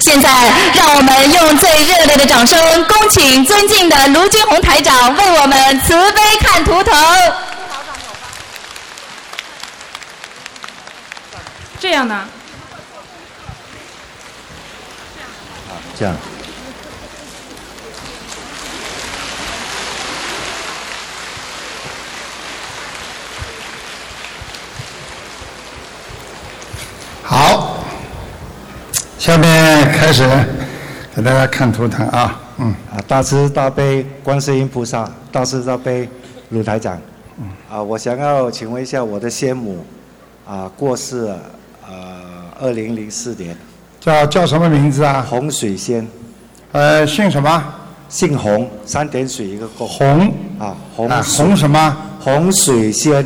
现在，让我们用最热烈的掌声，恭请尊敬的卢军红台长为我们慈悲看图腾。这样呢？这样。好，下面开始给大家看图腾啊，嗯，啊，大慈大悲观世音菩萨，大慈大悲鲁台长，啊，我想要请问一下我的先母，啊，过世了，呃，二零零四年，叫叫什么名字啊？洪水仙，呃，姓什么？姓洪，三点水一个过，洪啊，洪啊，水洪什么？洪水仙，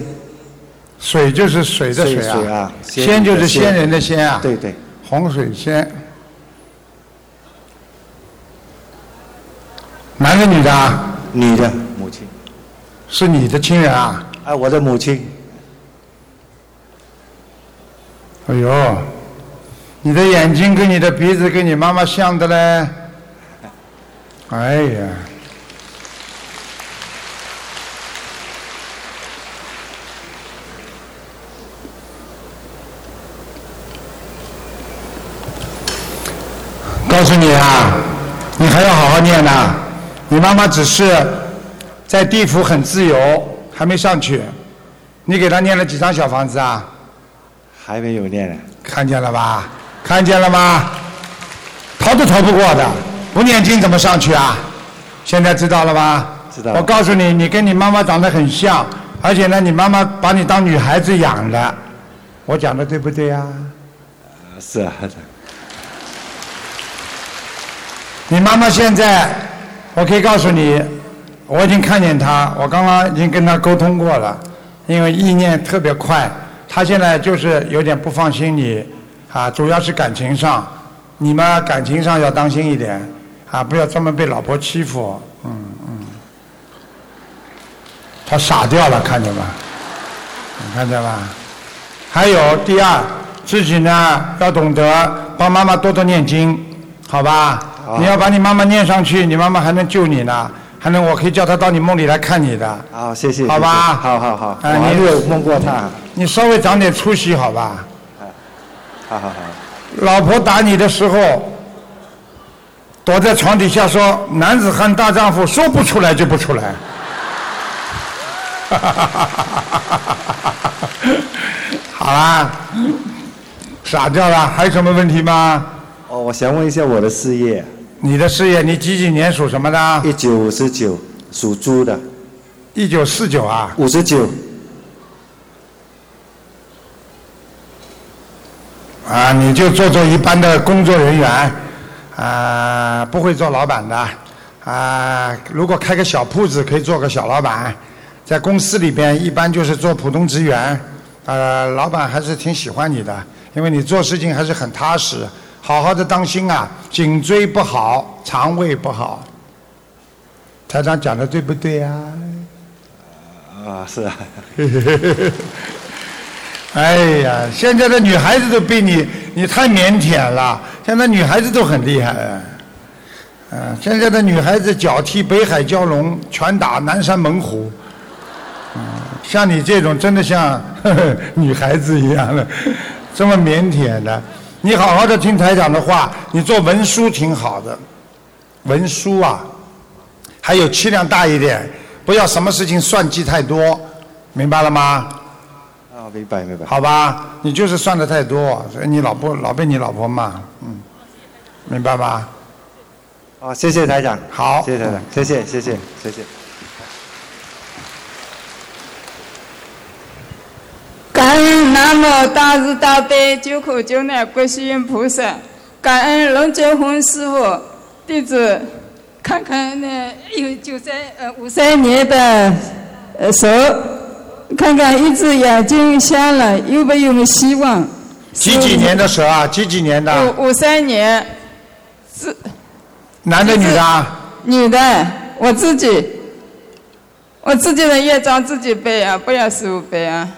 水就是水的水水水啊啊，仙仙就是人的仙仙人的仙啊，对，对，洪水仙，男的女的啊？女的母亲，是你的亲人啊？啊，我的母亲，哎呦，你的眼睛跟你的鼻子跟你妈妈像的嘞。哎呀，告诉你啊，你还要好好念呐、你妈妈只是在地府很自由，还没上去。你给她念了几张小房子啊？还没有念呢，看见了吧？看见了吗？逃都逃不过的，不念经怎么上去啊？现在知道了吧？知道了我告诉你，你跟你妈妈长得很像，而且呢，你妈妈把你当女孩子养的。我讲的对不对啊？啊是啊，你妈妈现在，我可以告诉你，我已经看见她，我刚刚已经跟她沟通过了，因为意念特别快，她现在就是有点不放心你，啊，主要是感情上，你们感情上要当心一点，啊，不要专门被老婆欺负，嗯嗯，她傻掉了，看见吧，你看见吧，还有第二，自己呢要懂得帮妈妈多多念经，好吧？你要把你妈妈念上去，你妈妈还能救你呢，还能我可以叫她到你梦里来看你的。好，谢谢，好吧谢谢好好好，哎我还你没有梦过她，你稍微长点出息，好吧？好好好。老婆打你的时候，躲在床底下说：“男子汉大丈夫，说不出来就不出来。” 好啦，傻掉了，还有什么问题吗？哦，我想问一下我的事业，你的事业，你几几年属什么的？一九五十九，属猪的，一九四九啊，五十九，啊，你就做做一般的工作人员，啊，不会做老板的，啊，如果开个小铺子可以做个小老板，在公司里边一般就是做普通职员，呃，老板还是挺喜欢你的，因为你做事情还是很踏实，好好的当心啊，颈椎不好，肠胃不好。台长讲的对不对啊？啊，是啊， 哎呀，现在的女孩子都比你，你太腼腆了。现在女孩子都很厉害，嗯、现在的女孩子脚踢北海蛟龙，拳打南山猛虎。嗯，像你这种真的像 呵呵女孩子一样的，这么腼腆的，你好好的听台长的话，你做文书挺好的，文书啊，还有气量大一点，不要什么事情算计太多，明白了吗？啊，明白明白，好吧，你就是算的太多，所以你老婆老被你老婆骂，嗯，明白吧？啊，谢谢台长，好谢谢台长，谢谢谢谢谢谢，感恩南无大慈大悲救苦救难观世音菩萨，感恩龙觉红师傅弟子。看看那有九三呃五三年的呃手，看看一只眼睛瞎了有没有希望？呃几几年的蛇啊？几几年的？五五三年，男的女的啊？女的，我自己，我自己的业障自己背啊，不要师傅背啊。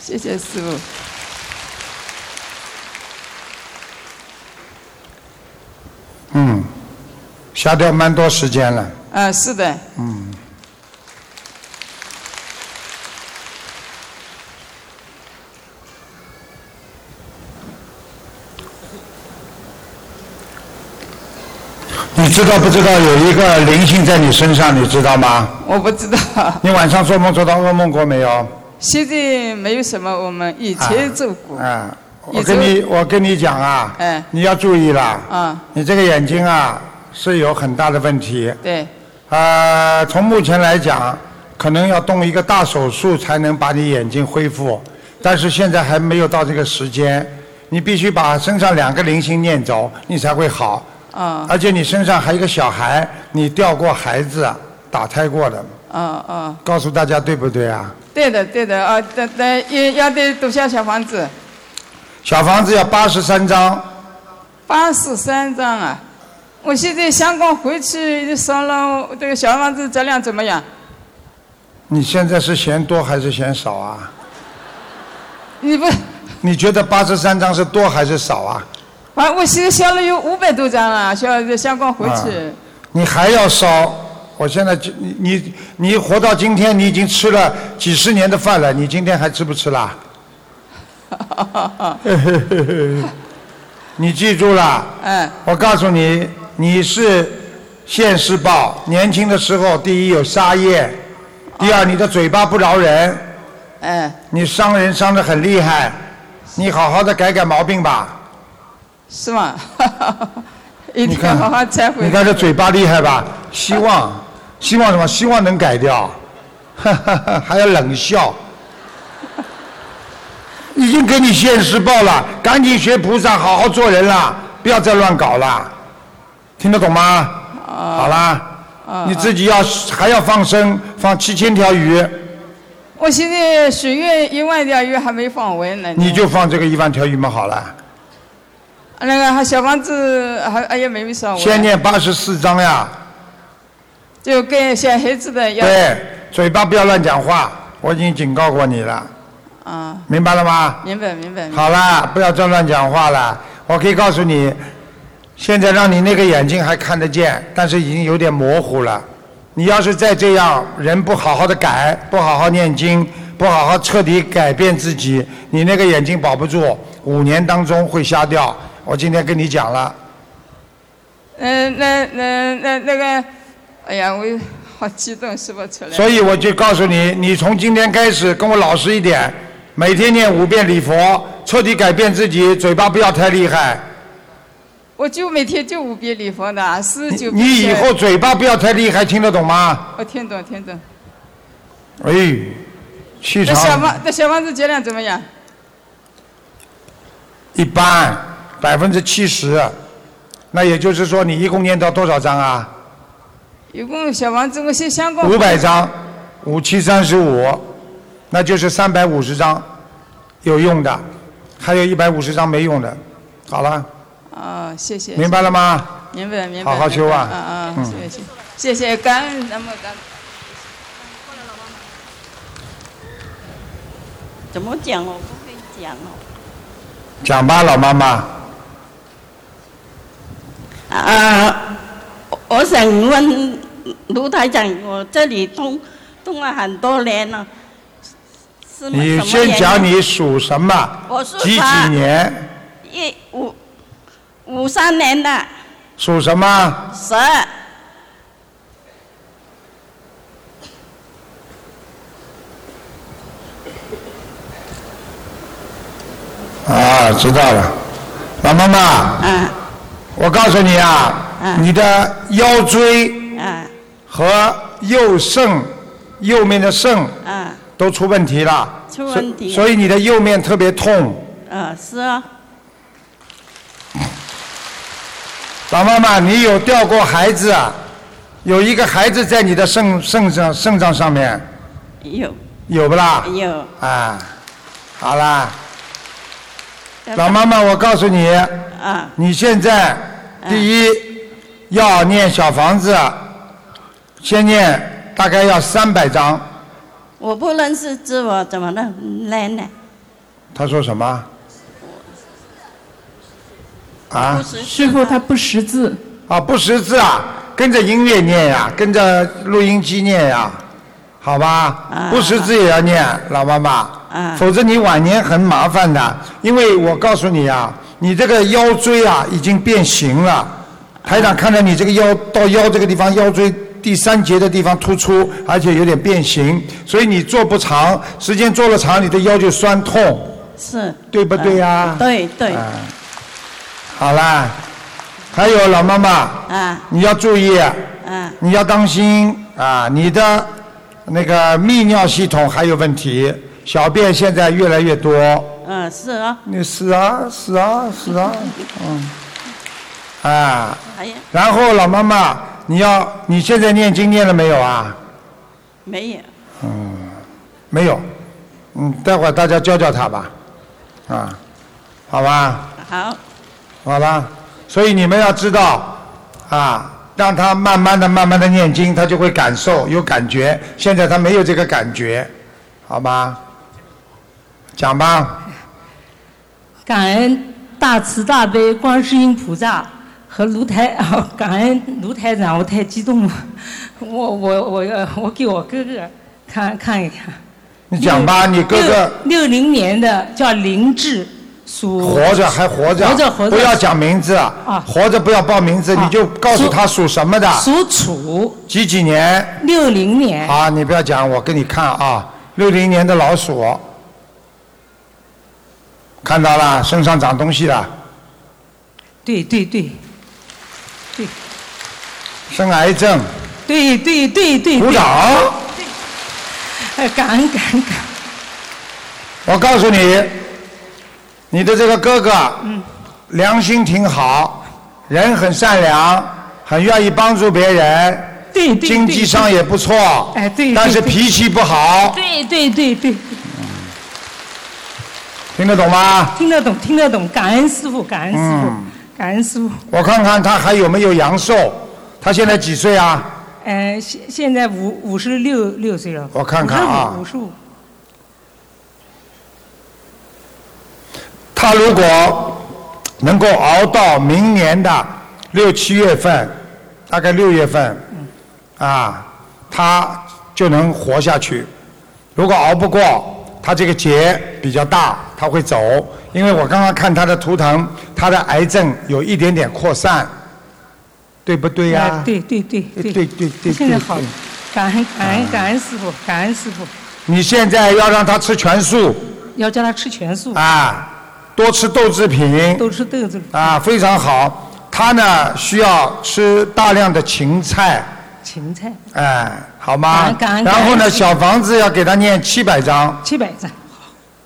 谢谢师傅。嗯，下掉蛮多时间了。呃，是的，嗯，你知道不知道有一个灵性在你身上，你知道吗？我不知道，你晚上做梦做到噩梦过没有？现在没有什么，我们以前做过，啊，我哦也跟就你我跟你讲啊，嗯你要注意啦，啊，你这个眼睛啊是有很大的问题。对，呃，从目前来讲，可能要动一个大手术才能把你眼睛恢复，但是现在还没有到这个时间。你必须把身上两个零星念走，你才会好。啊，而且你身上还有一个小孩，你掉过孩子，打胎过的，啊啊，告诉大家对不对啊？对的，对的，啊，对对，也要得多下小房子，小房子要八十三张，八十三张啊！我现在香港回去烧了这个小房子质量怎么样？你现在是嫌多还是嫌少啊？你不，你觉得八十三张是多还是少啊？啊，我现在烧了有五百多张了，烧在香港回去。你还要烧？我现在就你你你活到今天，你已经吃了几十年的饭了，你今天还吃不吃啦？你记住了，嗯，我告诉你，你是现世报。年轻的时候，第一有杀业，第二你的嘴巴不饶人，哎，你伤人伤得很厉害，你好好的改改毛病吧。是吗？一你定要看好好忏悔。你看这嘴巴厉害吧？希望，希望什么？希望能改掉， 还要冷笑。已经给你现实报了，赶紧学菩萨，好好做人啦，不要再乱搞啦，听得懂吗？好啦，你自己要还要放生，放七千条鱼，我现在许愿一万条鱼还没放完呢。你就放这个一万条鱼嘛，好了，那个还小房子还哎呀没有烧完，先念八十四章呀。就跟小孩子的要对，嘴巴不要乱讲话，我已经警告过你了，啊，明白了吗？明白明白。明白好啦，不要再乱讲话了。我可以告诉你，现在让你那个眼睛还看得见，但是已经有点模糊了。你要是再这样，人不好好的改，不好好念经，不好好彻底改变自己，你那个眼睛保不住，五年当中会瞎掉。我今天跟你讲了，嗯，那那那那个，哎呀，我好激动，说不出来。所以我就告诉你，你从今天开始跟我老实一点，每天念五遍礼佛，彻底改变自己，嘴巴不要太厉害。我就每天就五遍礼佛的，四十九遍。你以后嘴巴不要太厉害，听得懂吗？我听懂听懂。哎，气那小场房那小房子质量怎么样？一般，百分之七十。那也就是说，你一共念到多少章啊？一共小房子我先香港五百张，五七三十五，那就是三百五十张，有用的，还有一百五十张没用的。好了，哦，谢谢。明白了吗？明白明白。好好修啊啊啊，谢谢谢谢，感恩南无感恩。怎么讲哦？不会讲哦。讲吧，老妈妈。啊，我我想问卢台长，我这里痛痛了很多年了，是吗你什么先原讲因你属什么？我属几啥几年？一五五三年的属什么？蛇，啊啊，知道了。老妈妈，我告诉你啊，嗯你的腰椎。啊和右肾、右面的肾啊都出问题了，出问题所，所以你的右面特别痛。啊是啊，老妈妈，你有掉过孩子啊？有一个孩子在你的肾肾脏肾脏上面有有不啦？有。啊，好啦，老妈妈，我告诉你，嗯啊你现在第一、要念小房子，先念大概要三百张。我不认识字，我怎么能练呢？他说什么？啊？师傅他不识字，啊，不识字啊，跟着音乐念呀、跟着录音机念呀、好吧？啊不识字也要念，老妈妈。啊否则你晚年很麻烦的，因为我告诉你啊，你这个腰椎啊已经变形了。台长看到你这个腰到腰这个地方，腰椎第三节的地方突出，而且有点变形，所以你坐不长，时间坐了长，你的腰就酸痛，是，对不对呀、啊对对，好啦，还有老妈妈，啊你要注意，啊你要当心啊，你的那个泌尿系统还有问题，小便现在越来越多。嗯是啊，那是啊，是啊，是啊，嗯，啊，哎呀然后老妈妈，你要你现在念经念了没有啊？没有，没有，嗯，待会儿大家教教她吧，啊，好吧。好，好吧？所以你们要知道，啊，让他慢慢的、慢慢的念经，他就会感受有感觉。现在他没有这个感觉，好吗？讲吧，感恩大慈大悲观世音菩萨和卢台 啊，感恩卢台长，我太激动了， 我我我要我给我哥哥看看一看。你讲嗯吧，你哥哥六六零年的叫林志，属活着还活着，嗯活着活着不要讲名字啊活着不要报名字，啊你就告诉他属什么的，属鼠，几几年六零年啊？你不要讲，我给你看啊，六零年的老鼠，看到了，身上长东西了，对对对，对生癌症，对对对对鼓对，掌。呃感恩感恩感恩，我告诉你，你的这个哥哥，嗯良心挺好，人很善良，很愿意帮助别人，对对对，经济上也不错，哎对对但是对脾气不好，对对对对，听得懂吗？嗯听得懂听得懂，感恩师傅感恩师傅、感恩师傅。我看看他还有没有阳寿，他现在几岁啊？呃，现现在五五十六六岁了，我看看啊五十五，他如果能够熬到明年的六七月份，大概六月份，啊，他就能活下去。如果熬不过，他这个结比较大，他会走。因为我刚刚看他的图腾，他的癌症有一点点扩散，对不对呀、啊，对对对对对对嗯对对现在好对，感恩感恩感恩师傅，感恩师傅，你现在要让他吃全素要叫他吃全素，哎啊，多吃豆制品，都吃豆子，啊，非常好。他呢需要吃大量的芹菜，芹菜哎，好吗感恩感？恩然后感呢，恩小房子要给他念七百张，七百张，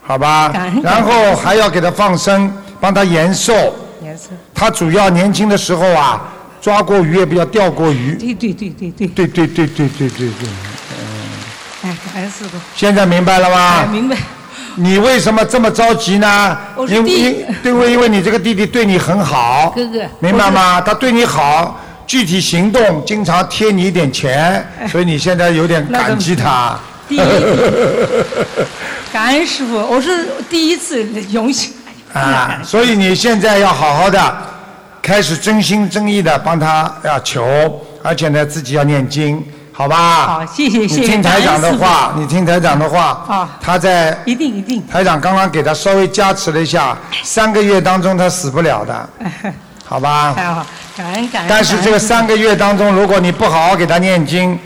好吧感恩？感然恩后还要给他放生，帮他延寿。颜色，他主要年轻的时候啊，抓过鱼也不要钓过鱼。对对对对对，对对对对对对对，哎，感恩师傅，现在明白了哎，吗？明白，你为什么这么着急呢？我是因弟因对为因为你这个弟弟对你很好，哥哥明白吗？他对你好，具体行动经常贴你一点钱，哎所以你现在有点那感倒激他。第一， 感恩师傅，我是第一次荣幸，啊，所以你现在要好好的，开始真心真意的帮他要求，而且呢自己要念经，好吧？好谢谢谢谢你听台长的感话，你听台长的话。啊他在一定一定，台长刚刚给他稍微加持了一下，三个月当中他死不了 的，好吧？太哎好，感恩感恩，啊但是这个感恩师三个月当中，如果你不好好给他念经，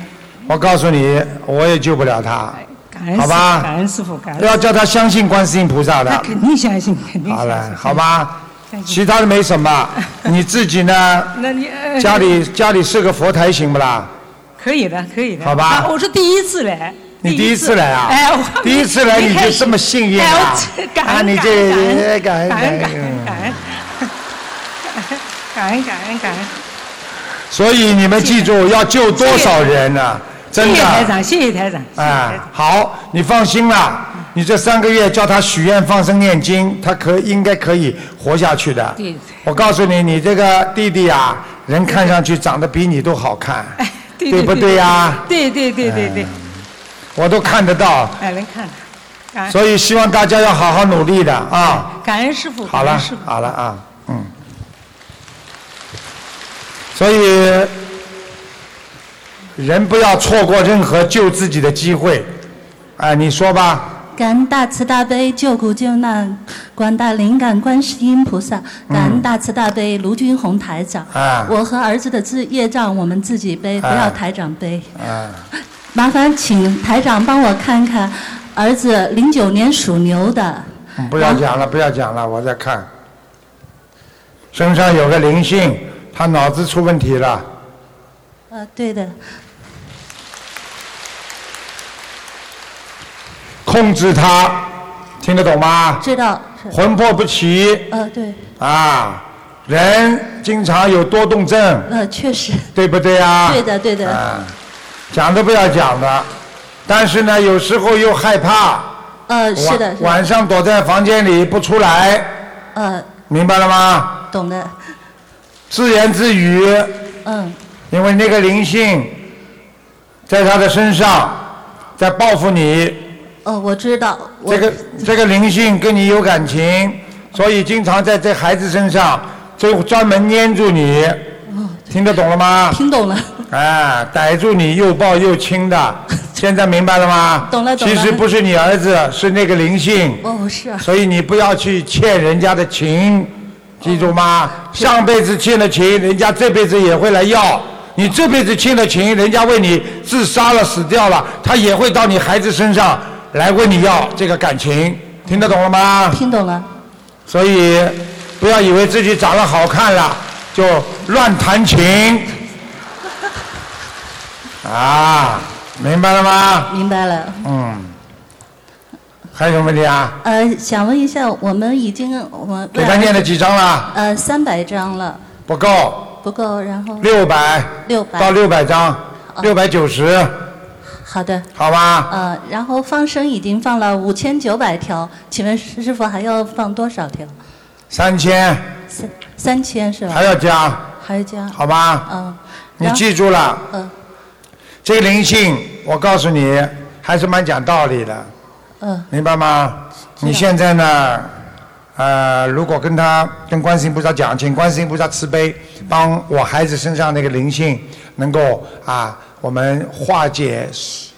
我告诉你，我也救不了他。傅，感恩好师傅吧感恩师傅，哎感恩师要傅，叫他相信观世音菩萨他的。肯定相信，肯定好相了信，，好吧相，信其他的没什 么，你自己呢？那你呃家里家里是个佛台行不啦？可以的，可以的。好吧啊我是第一次来。你第一次来啊？哎，我第一次来你就这么幸幸运啊！感啊，恩你感这恩感恩感恩感嗯恩感恩感恩感恩感恩。所以你们记住，要救多少人呢、真谢谢台的，长，谢谢台长。哎，好，你放心啦。你这三个月叫他许愿、放生、念经，他可应该可以活下去的对。我告诉你，你这个弟弟啊，人看上去长得比你都好看，哎，对对不对呀？对对对对对，我都看得到，哎，能看到。感恩所以希望大家要好好努力的啊。感恩师 傅，好感了恩师，傅好了啊，嗯。所以人不要错过任何救自己的机会。哎，你说吧，感恩大慈大悲救苦救难广大灵感观世音菩萨，感恩大慈大悲卢军红台长。嗯啊我和儿子的自业障我们自己背，不啊要台长背。啊，麻烦请台长帮我看看，儿子零九年属牛的，不要讲了，不要讲了，我在看。身上有个灵性，他脑子出问题了。呃，对的，控制他，听得懂吗？知道是，魂魄不齐呃，对，啊，人经常有多动症，呃，确实，对不对啊？对的，对的，啊，讲都不要讲的，但是呢，有时候又害怕，呃，是的，晚是的，晚上躲在房间里不出来，呃，明白了吗？懂的，自言自语，嗯，因为那个灵性在他的身上在报复你，呃，我知道，我这个这个灵性跟你有感情，所以经常在这孩子身上就专门粘住你，听得懂了吗？哦听懂了，哎，逮住你又抱又亲 的，现在明白了吗？懂了懂了其实不是你儿子，是那个灵性，哦，是啊，所以你不要去欠人家的情，记住吗？上辈子欠了情，人家这辈子也会来要。你这辈子欠了情，人家为你自杀了、死掉了，他也会到你孩子身上来问你要这个感情，听得懂了吗？听懂了，所以不要以为自己长得好看了就乱弹琴。啊，明白了吗？明白了。嗯。还有什么问题啊？呃，想问一下，我们已经我给他念了几张了？呃三百张了，不够，不够，然后六百六百哦到六百张，六百九十，好的，好吧？呃，然后放生已经放了五千九百条，请问师傅还要放多少条？三千三三千是吧？还要加，还要加？好吧？嗯，你然后记住了，嗯这个灵性，我告诉你，还是蛮讲道理的。嗯明白吗？你现在呢，呃，如果跟他跟观世音菩萨讲，请观世音菩萨慈悲，帮我孩子身上那个灵性能够啊，我们化解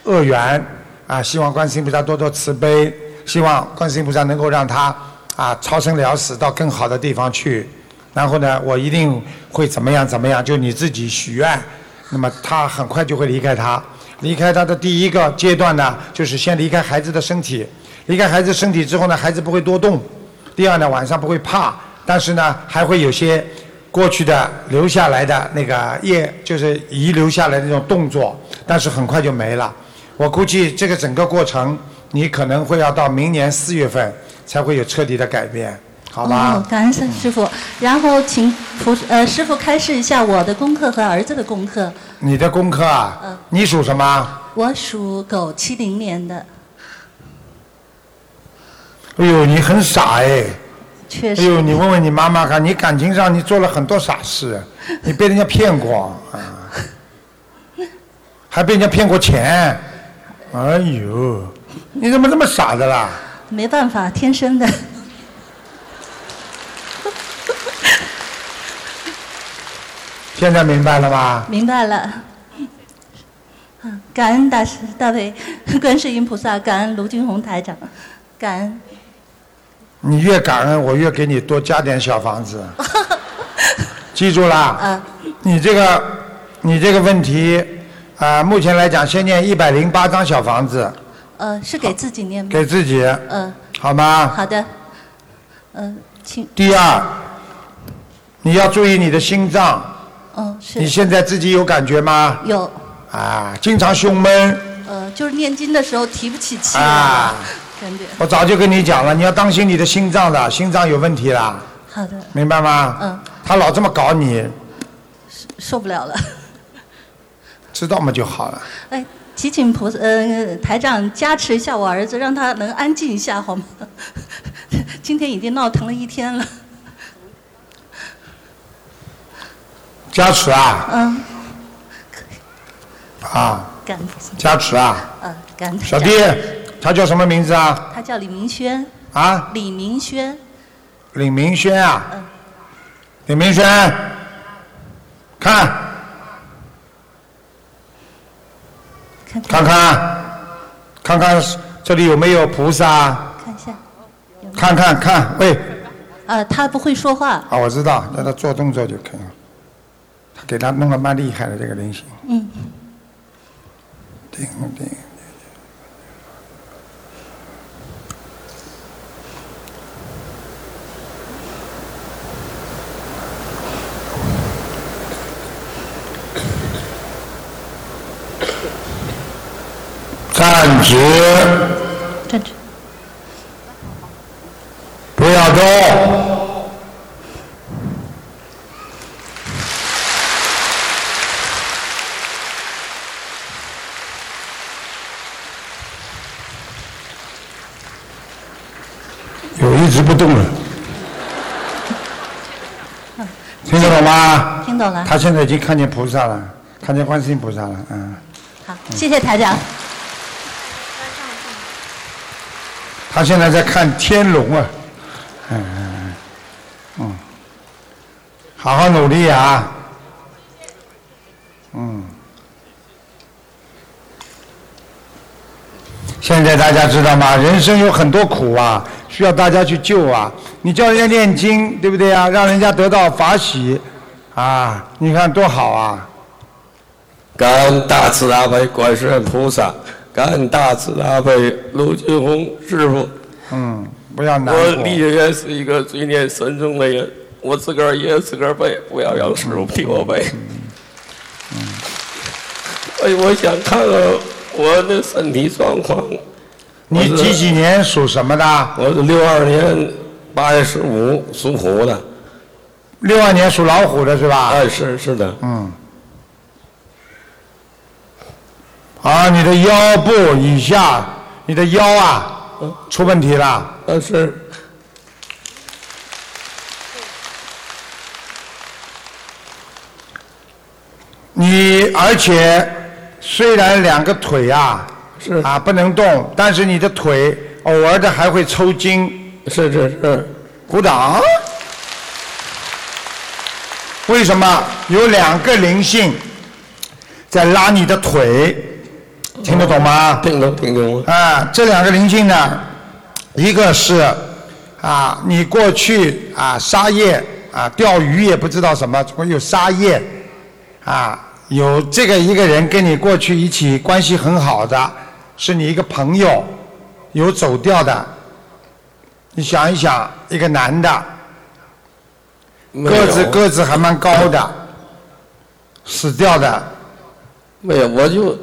恶缘啊，希望观世音菩萨多多慈悲，希望观世音菩萨能够让他啊超生了死到更好的地方去。然后呢，我一定会怎么样怎么样，就你自己许愿，那么他很快就会离开他。离开他的第一个阶段呢，就是先离开孩子的身体，离开孩子身体之后呢，孩子不会多动。第二呢，晚上不会怕，但是呢，还会有些过去的留下来的那个业，就是遗留下来的那种动作，但是很快就没了。我估计这个整个过程，你可能会要到明年四月份才会有彻底的改变，好吧？哦，感恩师师傅。然后请菩呃师傅开示一下我的功课和儿子的功课。你的功课啊，嗯你属什么？我属狗，七零年的，哎呦，你很傻哎！确哎实。呦，你问问你妈妈看，你感情上你做了很多傻事，你被人家骗过啊，还被人家骗过钱。哎呦，你怎么这么傻的啦？没办法，天生的。现在明白了吧？明白了。 嗯，感恩大师大悲 观世音菩萨，感恩卢军红台长，感恩。你越感恩，我越给你多加点小房子。记住啦。嗯你这个，你这个问题，啊、目前来讲，先念一百零八张小房子呃，是给自己念吗？给自己，呃，好吗？好的。呃，请，第二，你要注意你的心脏。嗯、是你现在自己有感觉吗？有，啊，经常胸闷呃，就是念经的时候提不起气来了，啊！感觉。我早就跟你讲了，你要当心你的心脏的，心脏有问题啦，好的，明白吗？嗯。他老这么搞你，受不了了。知道嘛就好了。哎，祈请菩萨，呃，台长加持一下我儿子，让他能安静一下好吗？ 今天已经闹腾了一天了。加持啊嗯，啊，感恩菩萨，加持啊！呃，感恩台小长弟，他叫什么名字啊？他叫李明轩，啊，李明轩，李明轩啊嗯。李明轩，看，看看看，看看这里有没有菩萨？啊看一下，看看看，喂，啊，他不会说话，啊，我知道，让他做动作就可以了。他给他弄得蛮厉害的这个灵性，嗯，对对。站直，站直，不要动。有一直不动了，听得懂吗？嗯听懂了。他现在已经看见菩萨了，看见观世音菩萨了，嗯，好，谢谢台长。他现在在看天龙啊，嗯嗯嗯，嗯，好好努力啊，嗯。现在大家知道吗？人生有很多苦啊，需要大家去救啊。你叫人家念经，对不对啊？让人家得到法喜，啊，你看多好啊！感恩大慈大悲观世音菩萨，感恩大慈大悲卢俊宏师傅。嗯，不要难我过。历来是一个罪孽深重的人，我自个儿也自个儿背，不要让师傅替我背。哎，我想看看我的身体状况。你几几年属什么的？我是六二年八月十五属虎的。六二年属老虎的是吧？哎，是是的。嗯。啊，你的腰部以下，你的腰啊，出问题了。但啊是。你而且虽然两个腿啊，是啊不能动，但是你的腿偶尔的还会抽筋。是是是。鼓掌。为什么有两个灵性在拉你的腿？听得懂吗？哦听懂，听懂。啊，这两个灵性呢，一个是啊，你过去啊杀业啊钓鱼也不知道什么，怎么有杀业啊？有这个一个人跟你过去一起关系很好的，是你一个朋友，有走掉的。你想一想，一个男的，没有个子个子还蛮高的，死掉的，没有，我就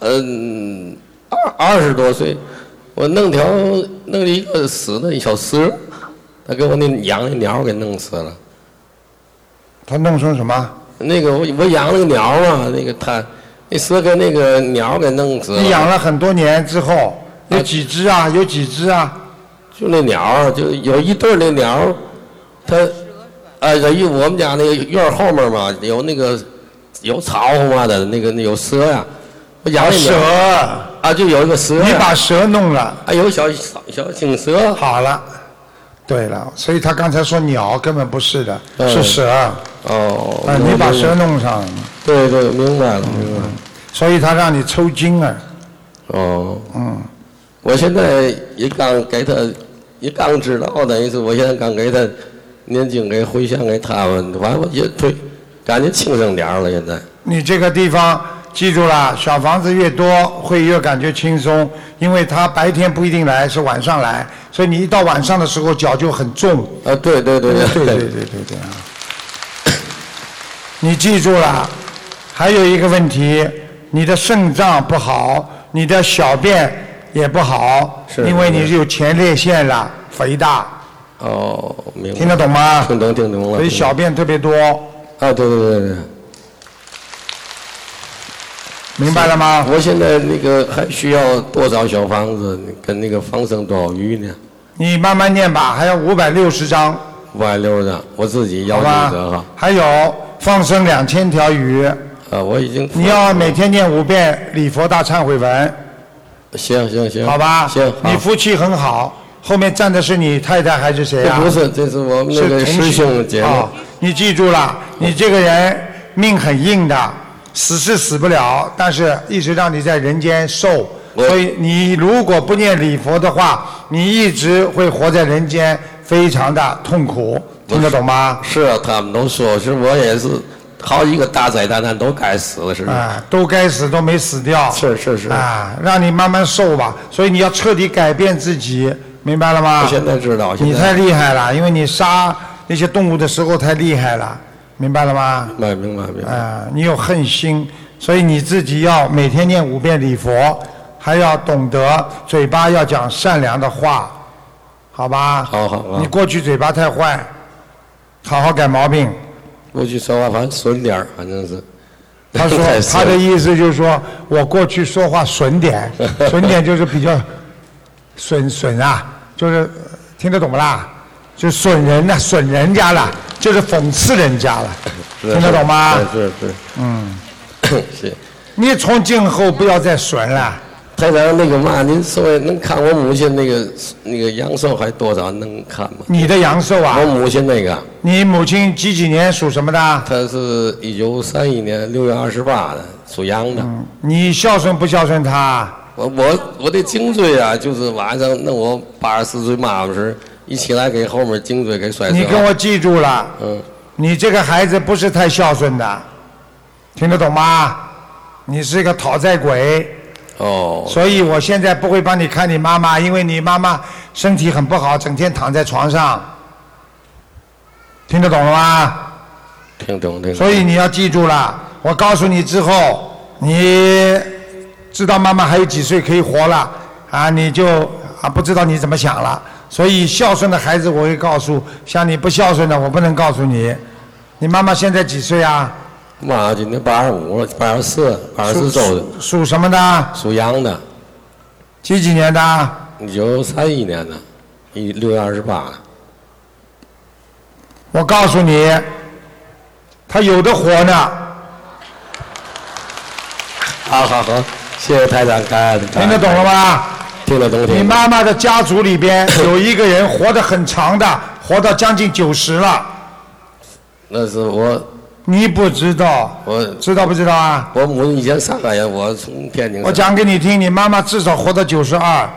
嗯二二十多岁，我弄条弄一个死的小蛇，他给我那养那鸟给弄死了。他弄成什么？那个我我养那个鸟嘛，那个它那蛇给那个鸟给弄死了。你养了很多年之后，有几只啊？有几只啊？就那鸟儿，就有一对儿那鸟儿，它，哎，在一我们家那个院儿后面嘛，有那个有草嘛的，那个那有蛇呀、我养那鸟蛇啊，就有一个蛇、你把蛇弄了，啊，有小小小青蛇。好了，对了，所以他刚才说鸟根本不是的，嗯是蛇。哦啊，你把蛇弄上了。对对，明白了，明白了。所以他让你抽筋啊。哦，嗯，我现在也刚给他，也刚知道，等于是我现在刚给他念经给回向给他们，完了我也对，感觉轻省点儿了，现在。你这个地嗯方记住了，小房子越多会越感觉轻松，因为他白天不一定来，是晚上来，所以你一到晚上的时候脚就很重。啊，对对对对对对对对对啊！你记住了，还有一个问题，你的肾脏不好，你的小便也不好，是因为你是是有前列腺了，肥大，哦，明白。听得懂吗听懂，听懂了。所以小便特别多，啊，对对对对。明白了吗？我现在那个还需要多少小房子跟那个放生多少鱼呢？你慢慢念吧，还有五百六十张，五百六十张，我自己要好吧几折哈？？还有放生两千条鱼，啊，我已经你要每天念五遍礼佛大忏悔文，行行行，好吧？行，好你夫妻很好，后面站的是你太太还是谁这啊？不是，这是我们那是哦个同师兄节目啊，你记住了，你这个人命很硬的，死是死不了，但是一直让你在人间受。所以你如果不念礼佛的话，你一直会活在人间，非常的痛苦，听得懂吗？是啊，他们都说，是我也是好几个大灾大难都该死了，是吧？啊，都该死都没死掉。嗯是是是啊，让你慢慢受吧。所以你要彻底改变自己，明白了吗我？现在知道，现在你太厉害了，因为你杀那些动物的时候太厉害了，明白了吗？明白明白明白。啊，你有恨心，所以你自己要每天念五遍礼佛，还要懂得嘴巴要讲善良的话，好吧？好好好你过去嘴巴太坏，好好改毛病。过去说话反正损点儿，反正是。 他说 太损他的意思就是说我过去说话损 点，损点就是比较损损啊，就是呃听得懂不啦？就损人呐、损人家了，就是讽刺人家 了，是听得懂吗？是是是，嗯，是。你从今后不要再损了。台长，那个嘛，您说能看我母亲那个那个阳寿还多少？能看吗？你的阳寿啊我，母亲那个，你母亲几几年属什么的？她是一九三一年六月二十八的，属羊的。嗯你孝顺不孝顺她？我我我的颈椎啊，就是晚上那我八十四岁妈妈时，一起来给后面颈椎给摔折了。你跟我记住了，嗯，你这个孩子不是太孝顺的，听得懂吗？你是一个讨债鬼。哦，所以我现在不会帮你看你妈妈，因为你妈妈身体很不好，整天躺在床上，听得懂了吗？听懂听懂。所以你要记住了，我告诉你之后，你知道妈妈还有几岁可以活了啊，你就啊不知道你怎么想了。所以孝顺的孩子我会告诉，像你不孝顺的我不能告诉你。你妈妈现在几岁啊？妈今年八十五了，八十四，八十四周的，属什么的？属羊的，几几年的？一九三一年的，一六月二十八的。我告诉你，他有的活呢。好好好，谢谢台长，感恩听得懂了？吗？听得懂，听得懂你妈妈的家族里 边有一个人活得很长的，活到将近九十了，那是我你不知道，我知道不知道啊？我母亲以前上海人，我从天津上。 我讲给你听，你妈妈至少活到九十二，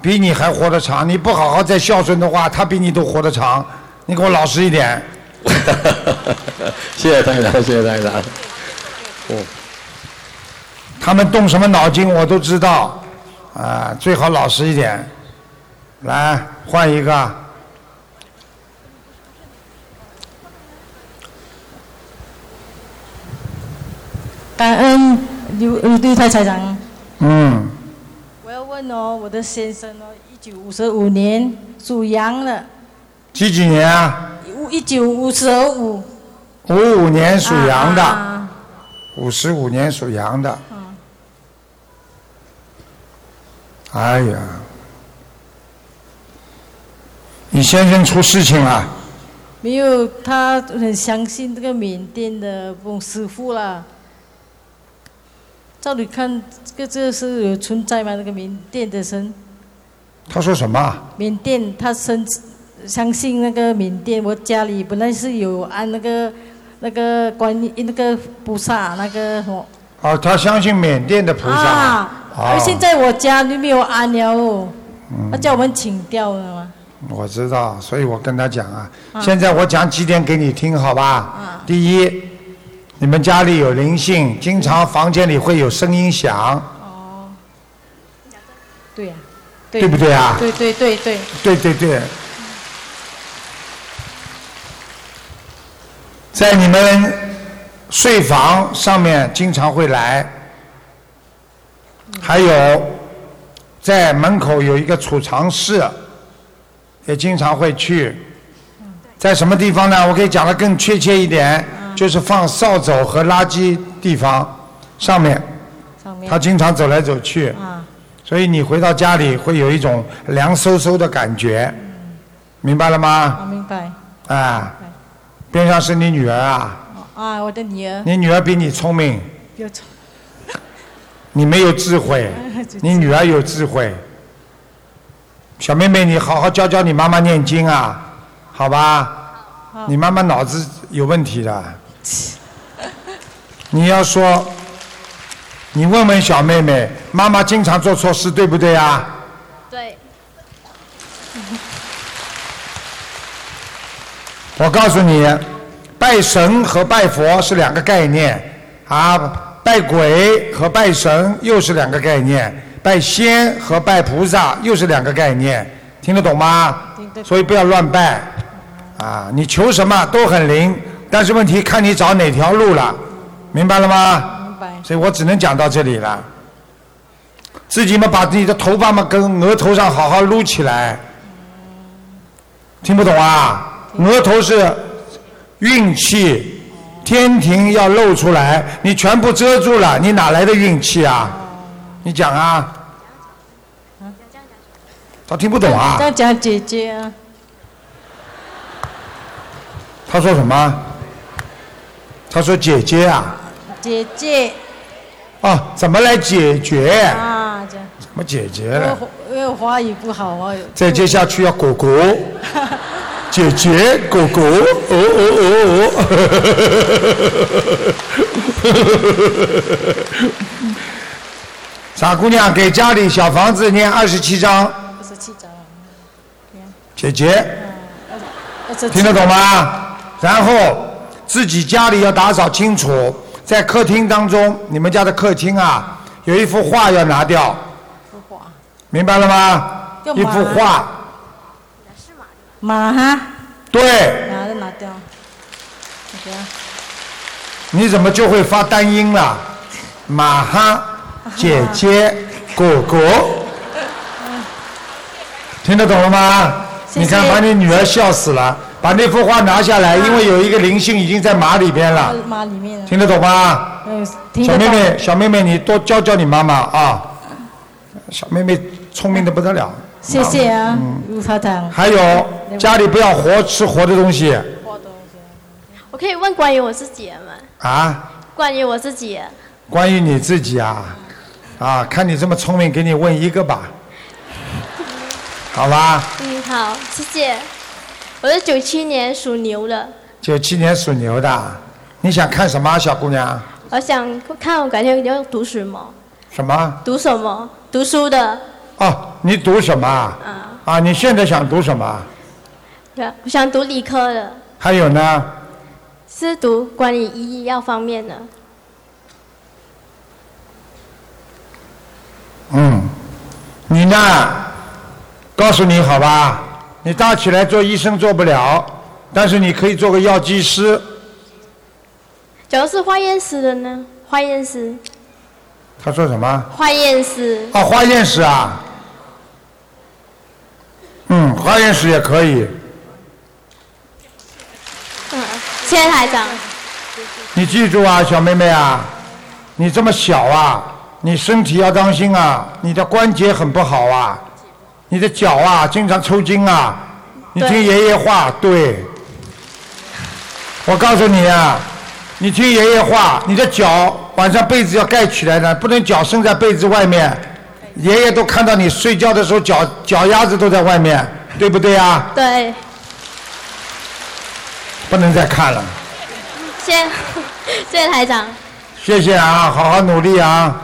比你还活得长。你不好好再孝顺的话，她比你都活得长。你给我老实一点。谢谢台长，谢谢台长。嗯，他们动什么脑筋我都知道，啊，最好老实一点。来，换一个。感恩刘呃刘太财长，嗯，我要问哦，我的先生哦，一九五十五年属羊的，几几年啊？一九五十五五五年属羊的。啊五十五年属羊的。哎呀，你先生出事情了，没有，他很相信这个缅甸的翁师傅啦。照理看，这个这个是有存在吗？那个缅甸的神，他说什么？缅甸他深相信那个缅甸。我家里本来是有安那个那个观音那个菩萨那个什么哦，他相信缅甸的菩萨。哦啊，而现在我家里没有安了哦，嗯他叫我们请掉了嘛。我知道，所以我跟他讲啊，现在我讲几点给你听，好吧？第一，你们家里有灵性，经常房间里会有声音响，对呀、对不对啊对对对对，对对对，在你们睡房上面经常会来，还有在门口有一个储藏室，也经常会去。在什么地方呢？我可以讲的更确切一点，嗯就是放扫帚和垃圾地方上面，上面他经常走来走去。啊，所以你回到家里会有一种凉飕飕的感觉，明白了我吗？明白啊，边上是你女儿啊，啊，我的女儿你女儿比你聪明，有 错你没有智慧，你女儿有智慧。小妹妹，你好好教教你妈妈念经啊，好吧？你妈妈脑子有问题的，你要说，你问问小妹妹，妈妈经常做错事，对不对啊？对，我告诉你，拜神和拜佛是两个概念啊，拜鬼和拜神又是两个概念，拜仙和拜菩萨又是两个概念，听得懂吗？听得懂所以不要乱拜啊！你求什么都很灵，但是问题看你找哪条路了，明白了吗？明白。所以我只能讲到这里了。自己嘛，把自己的头发嘛跟额头上好好撸起来，听不懂啊？额头是运气，天庭要露出来，你全部遮住了，你哪来的运气啊？你讲啊？他听不懂啊？要讲姐姐啊，他说什么？他说姐姐啊，姐姐啊，怎么来解决？啊，这样。什么解决因为了？华因为华语不好啊，再接下去要狗狗，姐姐狗狗，哦哦哦哦。 傻姑娘给家里小房子念二十七章，二十七章啊，姐姐二十七听得懂？吗？然后自己家里要打扫清楚，在客厅当中，你们家的客厅啊，有一幅画要拿掉，华明白了吗？要一幅拿画，马哈，对。拿着拿掉，那个啊你怎么就会发单音了？马哈，姐 姐，果果，听得懂了吗？谢你谢看，把你女儿笑死了。把那幅画拿下来，因为有一个灵性已经在马里边了，马里面啊，听得懂吗？嗯，听小得妹到。妹，小妹妹，你多教教你妈妈啊！小妹妹聪明的不得了。嗯谢谢啊，卢台长，还有，家里不要活吃活的东西我可以问关于我自己吗？啊！关于我自己，关于你自己啊，啊，看你这么聪明，给你问一个吧，好吧？嗯，好，谢谢。我是九七年属牛的，九七年属牛的，你想看什么，啊小姑娘？我想看我改天要读什么，什么？读什么，读书的，哦，你读什么？啊，啊，你现在想读什么？对我想读理科的，还有呢？是读关于医药方面的。嗯，你呢？告诉你好吧，你大起来做医生做不了，但是你可以做个药剂师。假如是化验师的呢？化验师，他说什么？化验师，啊，化验室啊，嗯，化验室也可以。嗯，谢 谢台长。你记住啊，小妹妹啊，你这么小啊，你身体要当心啊，你的关节很不好啊，你的脚啊经常抽筋啊。你听对爷爷话，对。我告诉你啊，你听爷爷话，你的脚晚上被子要盖起来的，不能脚伸在被子外面。爷爷都看到你睡觉的时候脚脚丫子都在外面，对不对啊？对，不能再看了。谢谢，谢谢台长。谢谢啊，好好努力啊。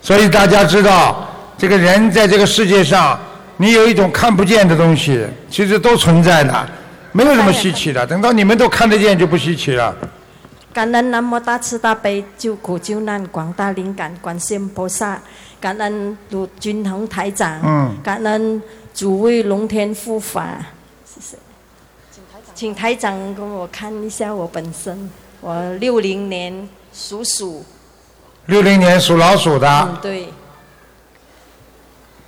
所以大家知道，这个人在这个世界上，你有一种看不见的东西，其实都存在的，没有什么稀奇的。等到你们都看得见，就不稀奇了。感恩南无大慈大悲救苦救难广大灵感观世音菩萨，感恩鲁军宏台长，嗯感恩主为龙天护法，谢谢。请台长给我看一下我本身，我六零年属鼠，六零年属老鼠的嗯，，对，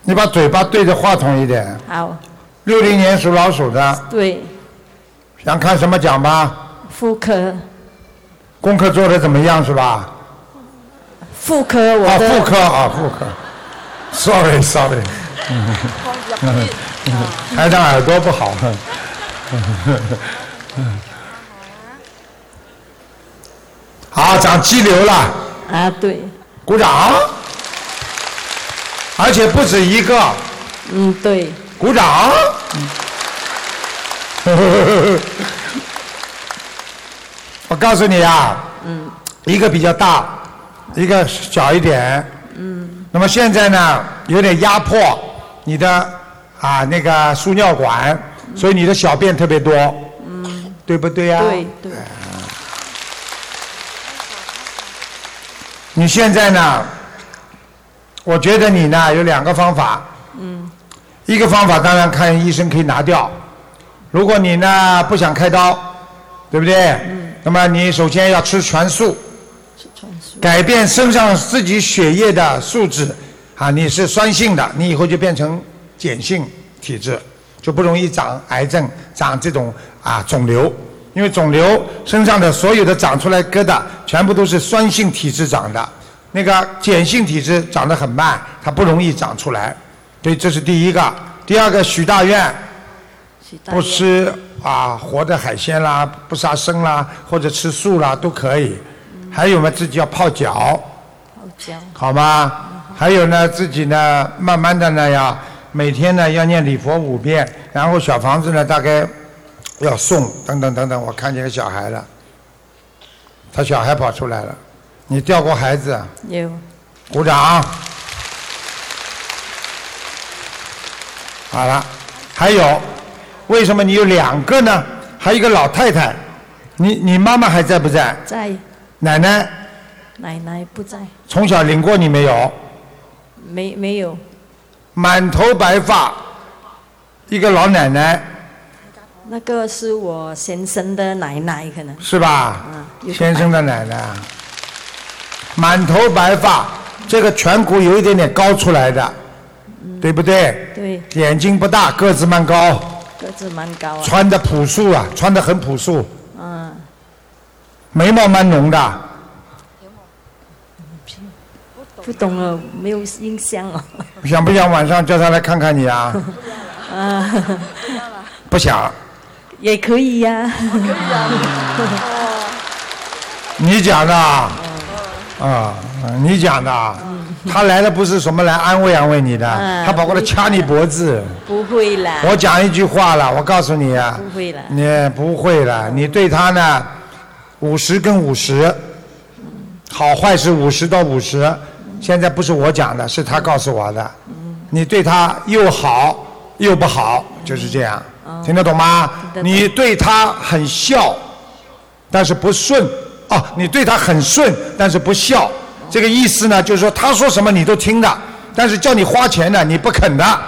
你把嘴巴对着话筒一点。好，六零年属老鼠的，对，想看什么讲吧？妇科，功课做得怎么样是吧？妇科我啊，的、妇科啊，妇科。Sorry，Sorry。台长耳朵不好。好，长肌瘤了，啊，对，鼓掌。而且不止一个，嗯，对，鼓掌。 我告诉你啊，嗯一个比较大，一个小一点。嗯，那么现在呢，有点压迫你的啊那个输尿管，所以你的小便特别多，嗯，对不对呀、对对，你现在呢，我觉得你呢有两个方法，嗯一个方法当然看医生可以拿掉，如果你呢不想开刀，对不对？那么你首先要吃全素，改变身上自己血液的素质啊，你是酸性的，你以后就变成碱性体质，就不容易长癌症、长这种啊肿瘤，因为肿瘤身上的所有的长出来疙瘩，全部都是酸性体质长的，那个碱性体质长得很慢，它不容易长出来。对，这是第一个。第二个，许大愿，不吃啊活的海鲜啦，不杀生啦，或者吃素啦都可以。还有嘛，自己要泡脚，泡椒，好吗？还有呢，自己呢，慢慢的呢呀，每天呢要念礼佛五遍，然后小房子呢大概要送，等等等等。我看见个小孩了，他小孩跑出来了，你掉过孩子啊？有鼓掌。好了，还有，为什么你有两个呢？还有一个老太太，你你妈妈还在不在？在，奶奶奶奶不在，从小领过你没有？没没有，满头白发，一个老奶奶那个是我先生的奶奶，可能是吧？啊，有个先生的奶奶，满头白发，这个颧骨有一点点高出来的，对不对？对，眼睛不大，个子蛮高，个子蛮高啊，穿的朴素啊，穿的很朴素，嗯，眉毛蛮浓的。不懂了，没有啊印象了，想不想晚上叫他来看看你啊？啊， 不想，也可以啊呀、哦啊你讲的啊，啊，你讲的啊，他来的不是什么来安慰安慰你的嗯，他跑过来掐你脖子。 不会啦，我讲一句话了，我告诉你啊，不会 啦，你不会了，你对他呢，五十跟五十，好坏是五十到五十，现在不是我讲的，是他告诉我的。嗯你对他又好又不好，就是这样，听得懂吗？哦听得懂你对他很孝，但是不顺哦，你对他很顺，但是不孝。这个意思呢，就是说他说什么你都听的，但是叫你花钱的你不肯的。哎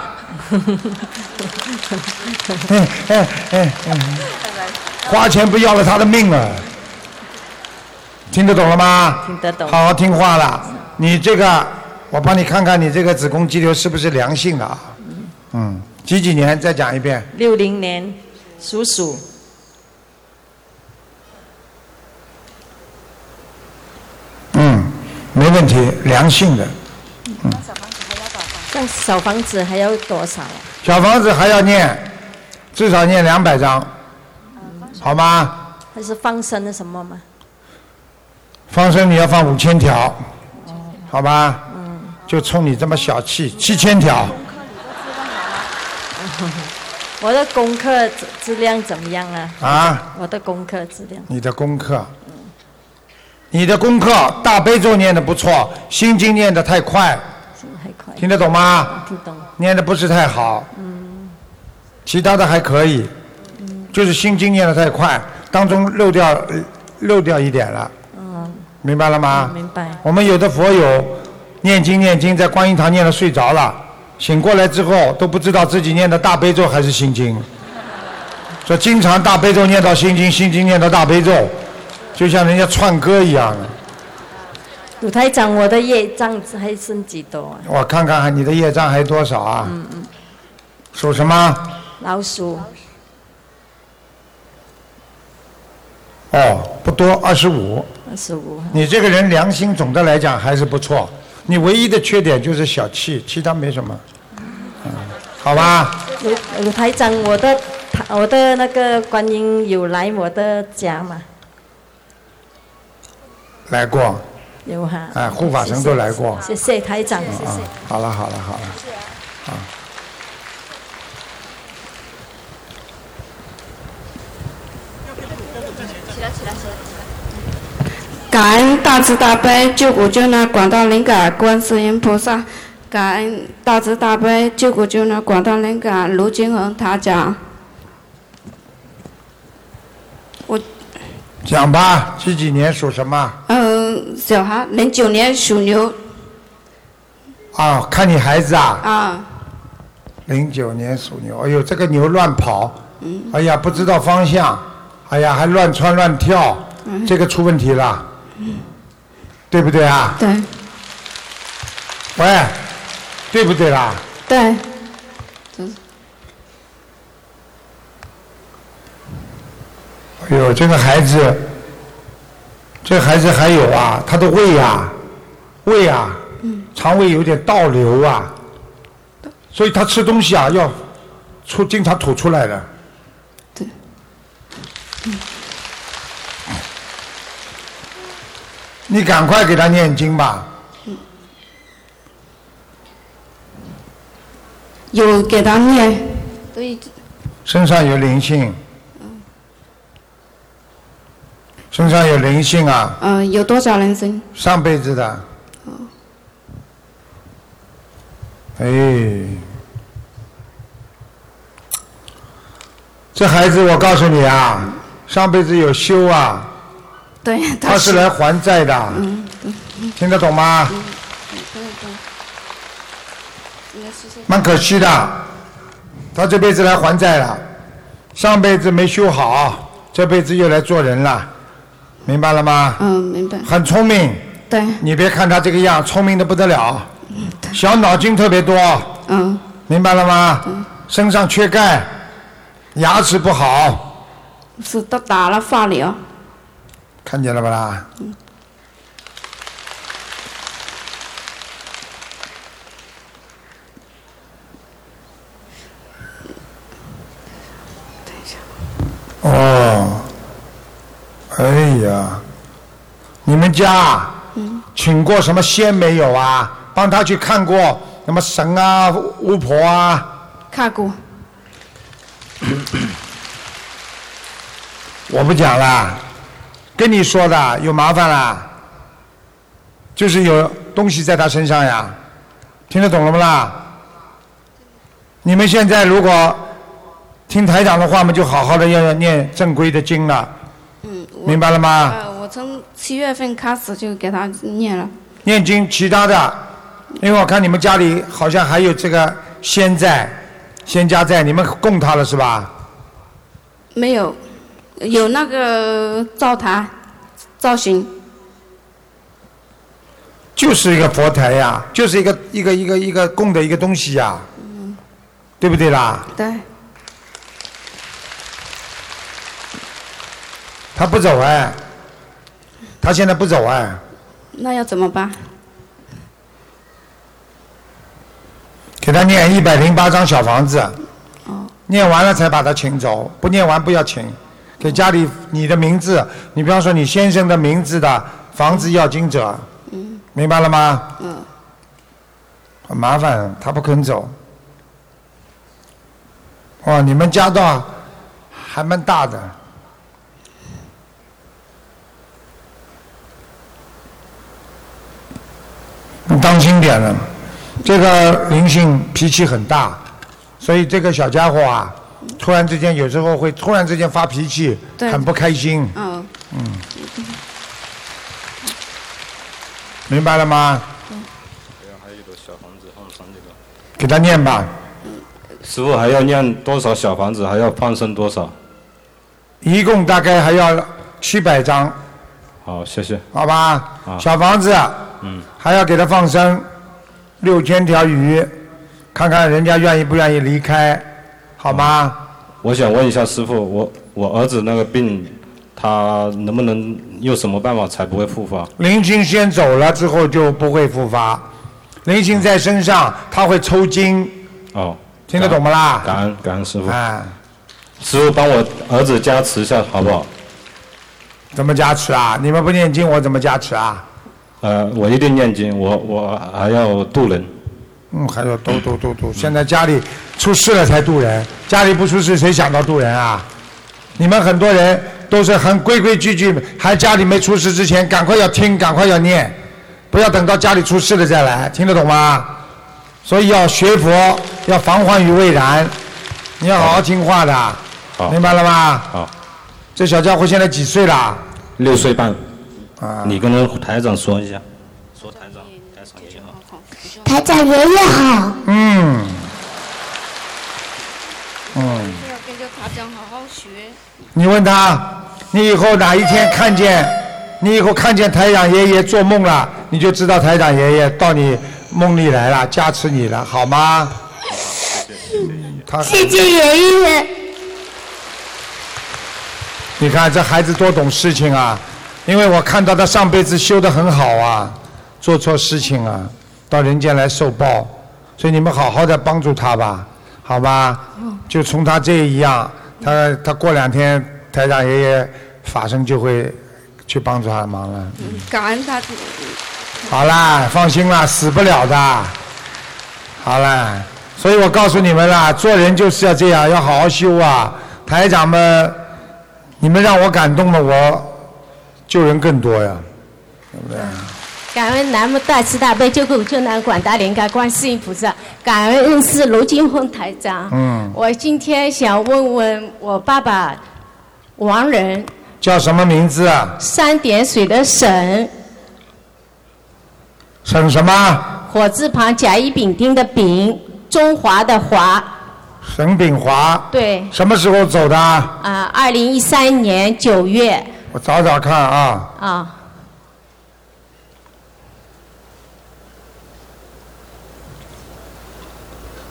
哎哎哎 花钱不要了他的命了，听得懂了吗？听得懂，好好听话了，你这个我帮你看看你这个子宫肌瘤是不是良性的啊？嗯，几几年？再讲一遍。六零年，属鼠，嗯，没问题，良性的。像小房子还要多少啊？小房子还要念，至少念两百张，好吗？还啊是放生的什么吗？放生你要放五千条，好吧？就冲你这么小气，七千条。我的功课质质量怎么样啊？啊，我的功课质量，你的功课，你的功课大悲咒念的不错，心经念的太快，听得懂吗？听懂，念的不是太好，其他的还可以，就是心经念的太快，当中漏掉呃漏掉一点了，嗯，明白了吗？明白，我们有的佛友念经念经，在观音堂念了睡着了，醒过来之后都不知道自己念的大悲咒还是心经。说经常大悲咒念到心经，心经念到大悲咒，就像人家唱歌一样的。鲁台长，我的业障还剩几多啊？我看看你的业障还有多少啊？嗯嗯，属什么？老鼠，哦，不多，二十五。二十五，你这个人良心总的来讲还是不错，你唯一的缺点就是小气，其他没什么。嗯，好吧，鲁鲁台长，我的他我的那个观音有来我的家嘛？来过。有哈？哎护法神都来过谢谢谢谢台长，谢啊谢。，好了好了好了，啊，嗯感恩大慈大悲救苦救难广大灵感观世音菩萨，感恩大慈大悲救苦救难广大灵感卢金红塔讲。我讲吧，几几年属什么？嗯，小孩零九年属牛啊，看你孩子啊，啊，零九年属牛。哎呦，这个牛乱跑，嗯哎呀，不知道方向，哎呀，还乱窜乱跳，嗯这个出问题了，嗯对不对啊？对喂，对不对啦？对，哎呦，这个孩子，这个孩子还有啊，他的胃啊，胃啊，嗯肠胃有点倒流啊，所以他吃东西啊要出经常吐出来的。嗯对。你赶快给他念经吧，有给他念，所以身上有灵性，身上有灵性啊，嗯、呃有多少人生？上辈子的。哦哎，这孩子，我告诉你啊，上辈子有修啊，对，他是来还债的，嗯，听得懂吗？蛮可惜的，他这辈子来还债了，上辈子没修好，这辈子又来做人了，明白了吗？嗯，明白。很聪明，对，你别看他这个样，聪明的不得了，小脑筋特别多，嗯，明白了吗？身上缺钙，牙齿不好，是他打了化疗，看见了吧啦？哦，哎呀，你们家啊嗯，请过什么仙没有啊？帮他去看过什么神啊、巫婆啊？看过，我不讲了，跟你说的有麻烦啦，就是有东西在他身上呀，听得懂了不啦？你们现在如果听台长的话，我们就好好的要念正规的经了，嗯，我明白了吗？呃，我从七月份开始就给他念了，念经，其他的，因为我看你们家里好像还有这个仙债、仙家债，你们供他了是吧？没有，有那个灶台造型，就是一个佛台呀、就是一个一个一个一个供的一个东西呀、对不对啦？对，他不走哎，他现在不走哎，那要怎么办？给他念一百零八张小房子，念完了才把他请走，不念完不要请。给家里你的名字，你比方说你先生的名字的房子要经者，嗯明白了吗？嗯，很麻烦，他不肯走。哦，你们家道还蛮大的。你当心点了，这个灵性脾气很大，所以这个小家伙啊，突然之间有时候会突然之间发脾气，对很不开心，嗯，嗯，明白了吗？还有一个小房子放生这个。给他念吧，师傅还要念多少小房子？还要放生多少？一共大概还要七百张，好，谢谢。好吧？啊小房子嗯，还要给他放生六千条鱼，看看人家愿意不愿意离开，好嗯吗？我想问一下师傅，我我儿子那个病，他能不能用什么办法才不会复发？灵性先走了之后就不会复发，灵性在身上他会抽筋，哦，听得懂不啦？感恩感恩师傅。哎，师傅帮我儿子加持一下好不好？怎么加持啊？你们不念经我怎么加持啊？呃，我一定念经，我我还要渡人。嗯，还有渡渡渡渡，现在家里出事了才渡人，家里不出事谁想到渡人啊？你们很多人都是很规规矩矩，还家里没出事之前，赶快要听，赶快要念，不要等到家里出事了再来，听得懂吗？所以要学佛，要防患于未然，你要好好听话的，明白了吗？好，这小家伙现在几岁了？啊六岁半，你跟那台长说一下。台长爷爷好。嗯，嗯。要跟着台长好好学。你问他，你以后哪一天看见，你以后看见台长爷爷做梦了，你就知道台长爷爷到你梦里来了，加持你了，好 吗？他谢谢爷爷。你看这孩子多懂事情啊，因为我看到他上辈子修得很好啊，做错事情啊，到人间来受报，所以你们好好的帮助他吧，好吧？就从他这一样，他他过两天台长爷爷法身就会去帮助他的忙了。感恩大慈。好啦，放心啦，死不了的。好啦，所以我告诉你们啦，做人就是要这样，要好好修啊。台长们，你们让我感动了，我救人更多呀，对不对？感恩南无大慈大悲救苦救难广大灵感观世音菩萨，感恩认识卢金凤台长。嗯我今天想问问我爸爸王仁，叫什么名字啊？三点水的沈，省什么？火字旁甲乙丙丁的丙，中华的华，沈炳华。对，什么时候走的啊？啊，二零一三年九月我找找看啊。啊，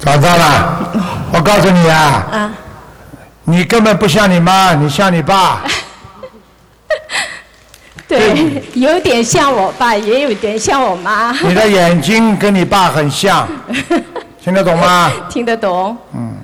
找到了，我告诉你啊，哦啊你根本不像你妈，你像你爸。对，有点像我爸，也有点像我妈。你的眼睛跟你爸很 像，听得懂吗？听得懂？ 嗯。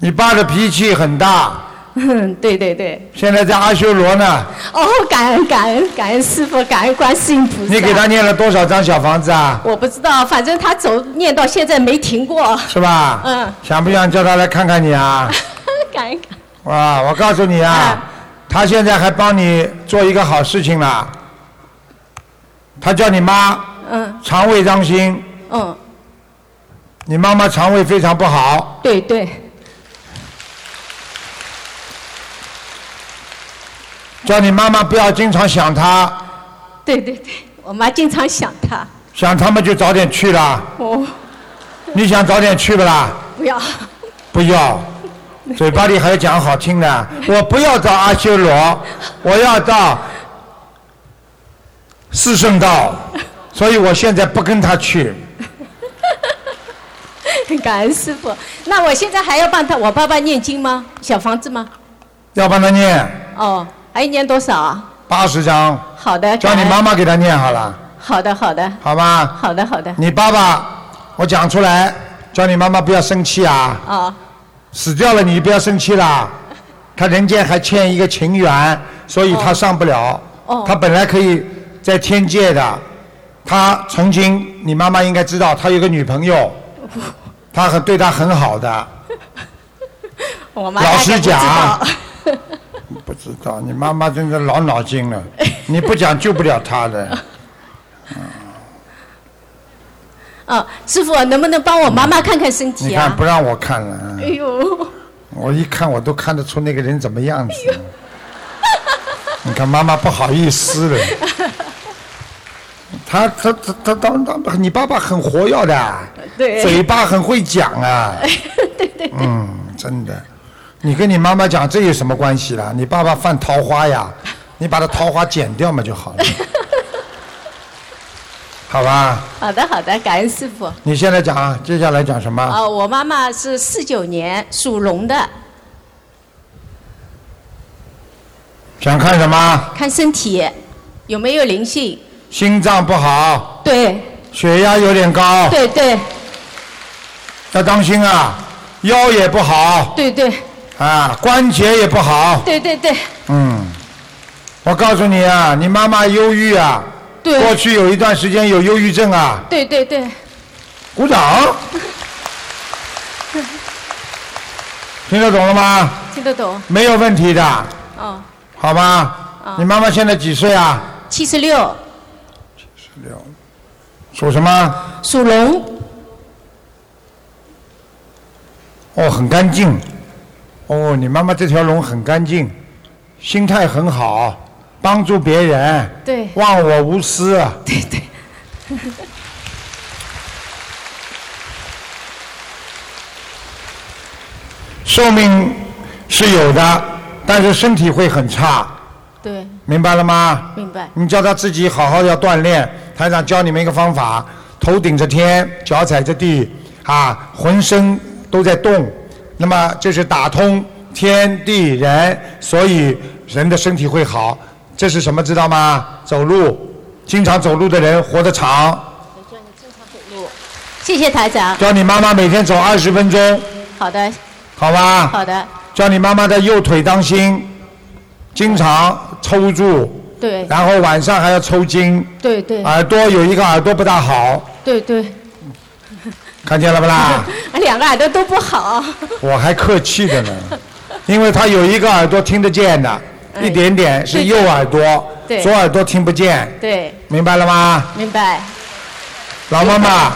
你爸的脾气很大，嗯，对对对。现在在阿修罗呢。哦，感恩感恩感恩师傅，感恩观世音菩萨。你给他念了多少张小房子啊？我不知道，反正他走念到现在没停过。是吧？嗯，想不想叫他来看看你啊？ 感恩感恩哇，我告诉你啊，他现在还帮你做一个好事情了。他叫你妈嗯肠胃当心，嗯，你妈妈肠胃非常不好，对对，叫你妈妈不要经常想他，对对对，我妈经常想他，想他们就早点去啦。我你想早点去不啦？不要。不要，嘴巴里还要讲好听的。我不要到阿修罗，我要到四圣道，所以我现在不跟他去。感恩师傅。那我现在还要帮他，我爸爸念经吗？小房子吗？要帮他念哦，还念多少啊？八十章，好的，叫感你恩妈妈给他念好了，好的，好的，好吧？好的，好的。你爸爸，我讲出来，叫你妈妈不要生气啊。哦，死掉了你不要生气啦，他人间还欠一个情缘，所以他上不了。哦他本来可以在天界的，他曾经你妈妈应该知道，他有个女朋友，哦他很对他很好的。我妈老大概实不知讲道。不知道，你妈妈真是老脑筋了，你不讲救不了他 的。哦，师傅能不能帮我妈妈看看身你体看啊？不让我看了哎，呦，哎我一看我都看得出那个人怎么样子。你看妈妈不好意思了。他他他他当当，你爸爸很活跃的，啊 对嘴巴很会讲啊。对对对。嗯，真的，你跟你妈妈讲这有什么关系啦？你爸爸犯桃花呀，你把他桃花剪掉嘛就好 了，好吧？好的好的，感恩师傅。你现在讲啊，接下来讲什么？啊，我妈妈是四九年属龙的，想看什么？看身体有没有灵性？心脏不好，对血压有点高，对对要当心啊，腰也不好对对啊，关节也不好。对对对嗯，我告诉你啊，你妈妈忧郁啊，对过去有一段时间有忧郁症啊。对对对，鼓 掌，听得懂了吗？听得懂？没有问题的，哦，好吧？哦你妈妈现在几岁啊？七十六，六，属什么？属龙，哦，很干净。哦，你妈妈这条龙很干净，心态很好，帮助别人，对，忘我无私。啊对对。 寿命是有的，但是身体会很差，对，明白了吗？明白。你叫他自己好好要锻炼。台长教你们一个方法：头顶着天，脚踩着地，啊，浑身都在动。那么这是打通天地人，所以人的身体会好。这是什么知道吗？走路，经常走路的人活得长。谢谢台长。叫你妈妈每天走二十分钟，好的，好吧？好的，叫你妈妈的右腿当心，经常抽搐，对，然后啊晚上还要抽筋。对对耳朵有一个耳朵不大好，对对，看见了不啦？ 两个耳朵都不好， 我还客气的呢，因为他有一个耳朵听得见的，哎一点点是右耳朵，对左耳朵听不见，对，明白了吗？明白，老妈妈，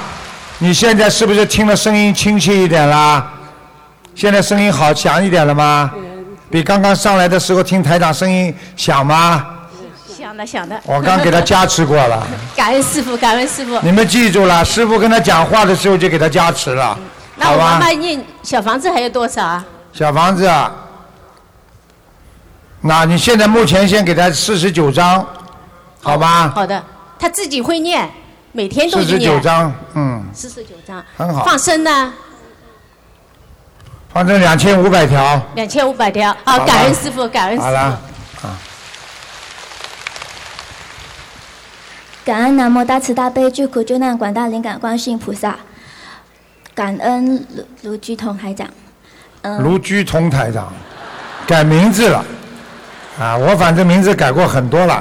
你现在是不是听了声音清晰一点啦？现在声音好响一点了吗？嗯比刚刚上来的时候听台长声音响吗？想的想的。我刚给他加持过了， 感恩师傅，感恩师傅。你们记住了，师傅跟他讲话的时候就给他加持了，那好我妈吧妈？念小房子还有多少啊？小房子啊，那你现在目前先给他四十九张，好吧？好的，她自己会念，每天都四去十念。九张，嗯，四十九张，很好放生呢，反正两千五百条，两千五百条。好好，吧感恩师傅，感恩师好傅。了，啊，感恩南无大慈大悲救苦救难广大灵感观世音菩萨，感恩卢卢居同台长。嗯、卢居同台长，改名字了，啊，我反正名字改过很多了，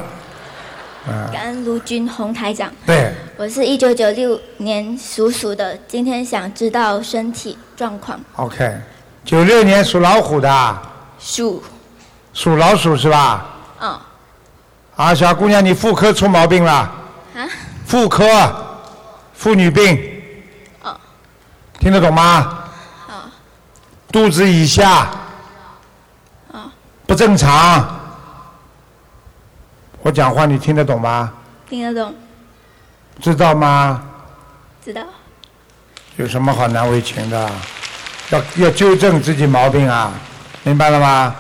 啊，感恩卢军红台长。对，我是一九九六年属鼠的，今天想知道身体状况。 OK，九六年属老虎的，鼠，属老鼠是吧？嗯、啊，小姑娘，你妇科出毛病了。啊，妇科，妇女病。哦听得懂吗？哦肚子以下哦，不正常。我讲话你听得懂吗？听得懂，知道吗？知道。有什么好难为情的？要要纠正自己毛病啊，明白了吗？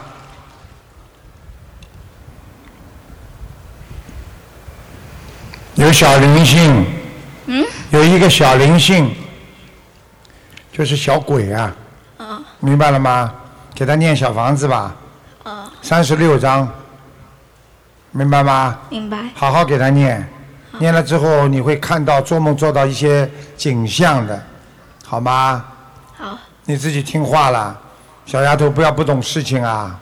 有小灵性，嗯，有一个小灵性，就是小鬼啊，哦明白了吗？给他念小房子吧，哦，三十六章，明白吗？明白。好好给他念，念了之后你会看到做梦做到一些景象的，好吗？好，你自己听话了，小丫头不要不懂事情啊，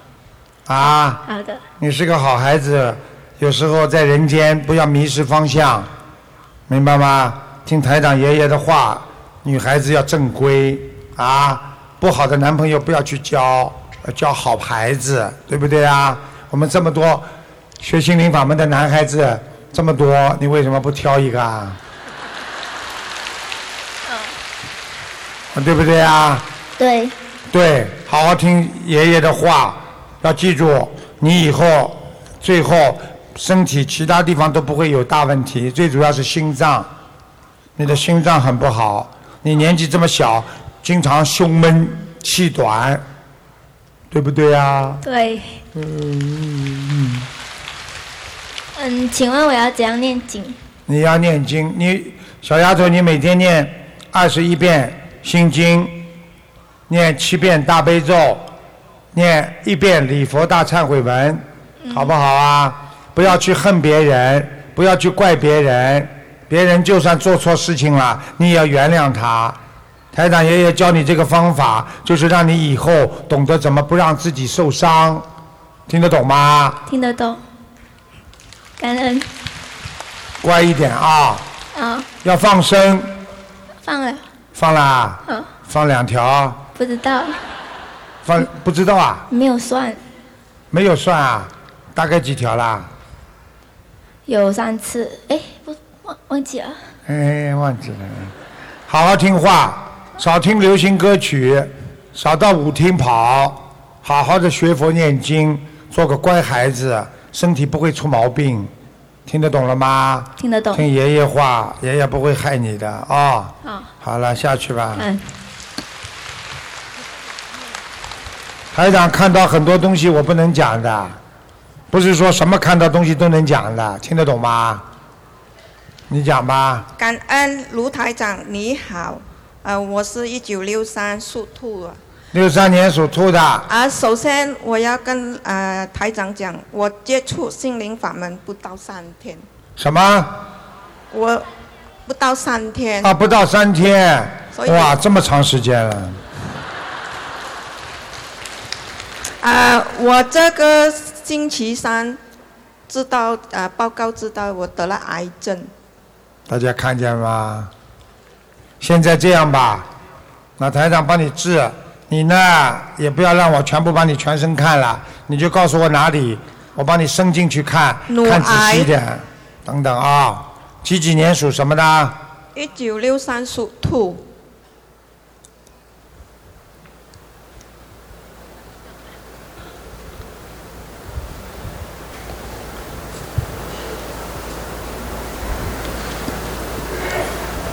啊，好的，你是个好孩子，有时候在人间不要迷失方向，明白吗？听台长爷爷的话，女孩子要正规啊，不好的男朋友不要去交，要交好孩子，对不对啊？我们这么多学心灵法门的男孩子这么多，你为什么不挑一个啊？啊对不对啊？对，对，好好听爷爷的话，要记住，你以后最后身体其他地方都不会有大问题，最主要是心脏，你的心脏很不好，你年纪这么小，经常胸闷气短，对不对啊？对。嗯，嗯，请问我要怎样念经？你要念经，你小丫头，你每天念二十一遍心经，念七遍大悲咒，念一遍礼佛大忏悔文，好不好啊？不要去恨别人，不要去怪别人，别人就算做错事情了，你也要原谅他。台长爷爷教你这个方法，就是让你以后懂得怎么不让自己受伤，听得懂吗？听得懂？感恩乖一点啊，啊、要放生，放了，放啦。嗯、放两条，不知道，放不知道啊？没有算，没有算啊？大概几条啦？有三次，哎，不忘忘记了。哎，忘记了。好好听话，少听流行歌曲，少到舞厅跑，好好的学佛念经，做个乖孩子，身体不会出毛病。听得懂了吗？听得懂听爷爷话，爷爷不会害你的啊、好好了，下去吧。嗯，台长看到很多东西我不能讲的，不是说什么看到东西都能讲的，听得懂吗？你讲吧。感恩卢台长，你好，呃，我是一九六三属兔啊。六三年属兔的，啊，首先我要跟呃台长讲，我接触心灵法门不到三天，什么我不到三天啊？不到三天，所以哇，这么长时间了，啊，我这个星期三知道啊报告知道我得了癌症，大家看见吗？现在这样吧，那台长帮你治，你呢也不要让我全部帮你全身看了，你就告诉我哪里，我帮你伸进去看，乳看仔癌细一点，等等啊。几几年属什么的？一九六三属兔，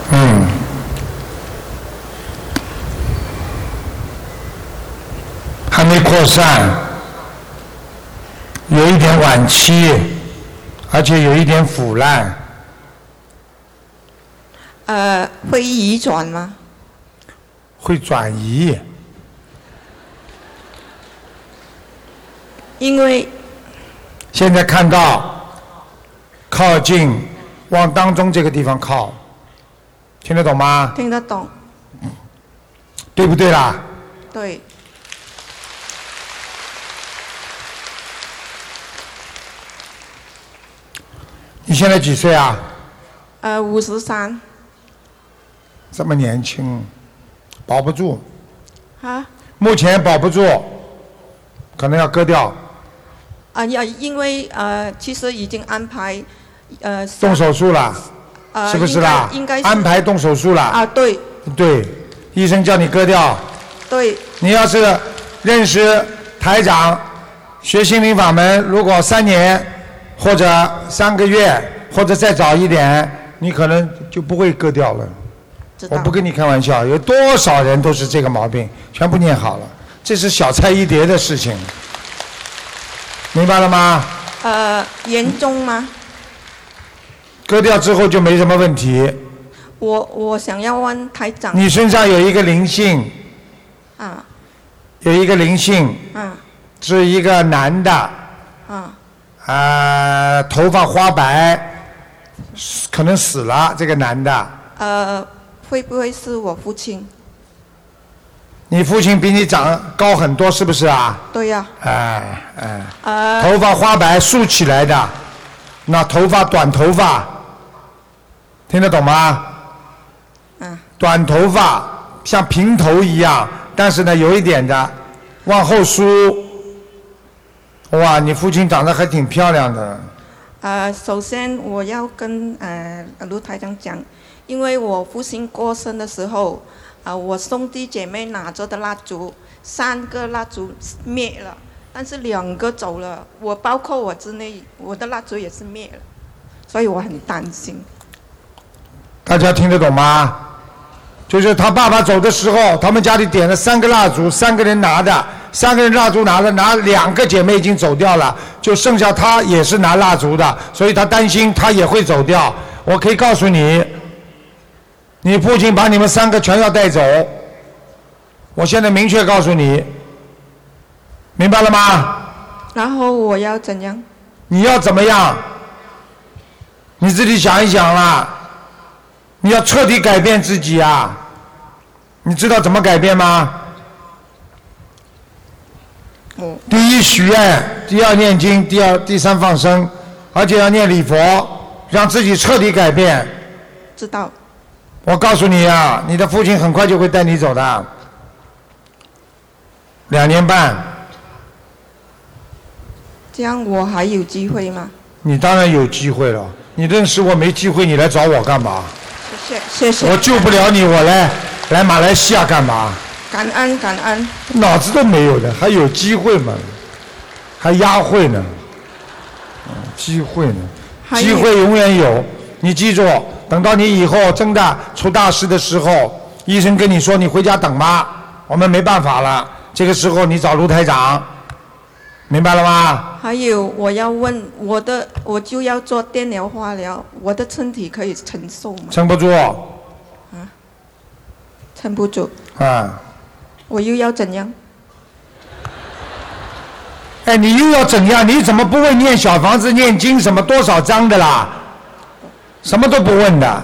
嗯，还没扩散，有一点晚期，而且有一点腐烂，呃，会移转吗？会转移。因为现在看到靠近往当中这个地方靠，听得懂吗？听得懂，对不对啦？对，你现在几岁啊？呃，五十三这么年轻，保不住，啊目前保不住，可能要割掉，啊呀，因为呃，其实已经安排呃动手术了。呃，是不是啦？应该应该是安排动手术啦。啊，对对，医生叫你割掉。对，你要是认识台长，学心灵法门，如果三年或者三个月或者再早一点，你可能就不会割掉了。知我道不跟你开玩笑，有多少人都是这个毛病，全部念好了，这是小菜一碟的事情，明白了吗？呃严重吗？割掉之后就没什么问题。我我想要问台长，你身上有一个灵性，啊有一个灵性啊是一个男的，啊啊，头发花白，死可能死了。这个男的，呃，会不会是我父亲？你父亲比你长高很多，是不是啊？对呀、哎哎，呃头发花白竖起来的，那头发短头发，听得懂吗？嗯。短头发像平头一样，但是呢有一点的往后梳。哇，你父亲长得还挺漂亮的，呃，首先我要跟呃卢台长讲，因为我父亲过生的时候，啊、我兄弟姐妹拿着的蜡烛，三个蜡烛灭了，但是两个走了，我包括我之内，我的蜡烛也是灭了，所以我很担心。大家听得懂吗？就是他爸爸走的时候，他们家里点了三个蜡烛，三个人拿的，三个人蜡烛拿的，拿两个姐妹已经走掉了，就剩下他也是拿蜡烛的，所以他担心他也会走掉。我可以告诉你，你父亲把你们三个全要带走，我现在明确告诉你，明白了吗？然后我要怎样？你要怎么样？你自己想一想啦。你要彻底改变自己啊！你知道怎么改变吗？嗯第一许愿，第二念经，第二第三放生，而且要念礼佛，让自己彻底改变。知道我告诉你啊，你的父亲很快就会带你走的，两年半，这样我还有机会吗？你当然有机会了。你认识我没机会，你来找我干嘛？谢谢谢谢。我救不了你，我来来马来西亚干嘛？感恩感恩。脑子都没有的，还有机会吗？还压会呢？嗯机会呢？还有机会永远有。你记住，等到你以后真的出大事的时候，医生跟你说你回家等吧，我们没办法了。这个时候你找卢台长，明白了吗？还有我要问我的，我就要做电疗化疗，我的身体可以承受吗？撑不住撑不住，啊！我又要怎样？哎，你又要怎样？你怎么不会念小房子、念经什么多少章的啦？什么都不问的。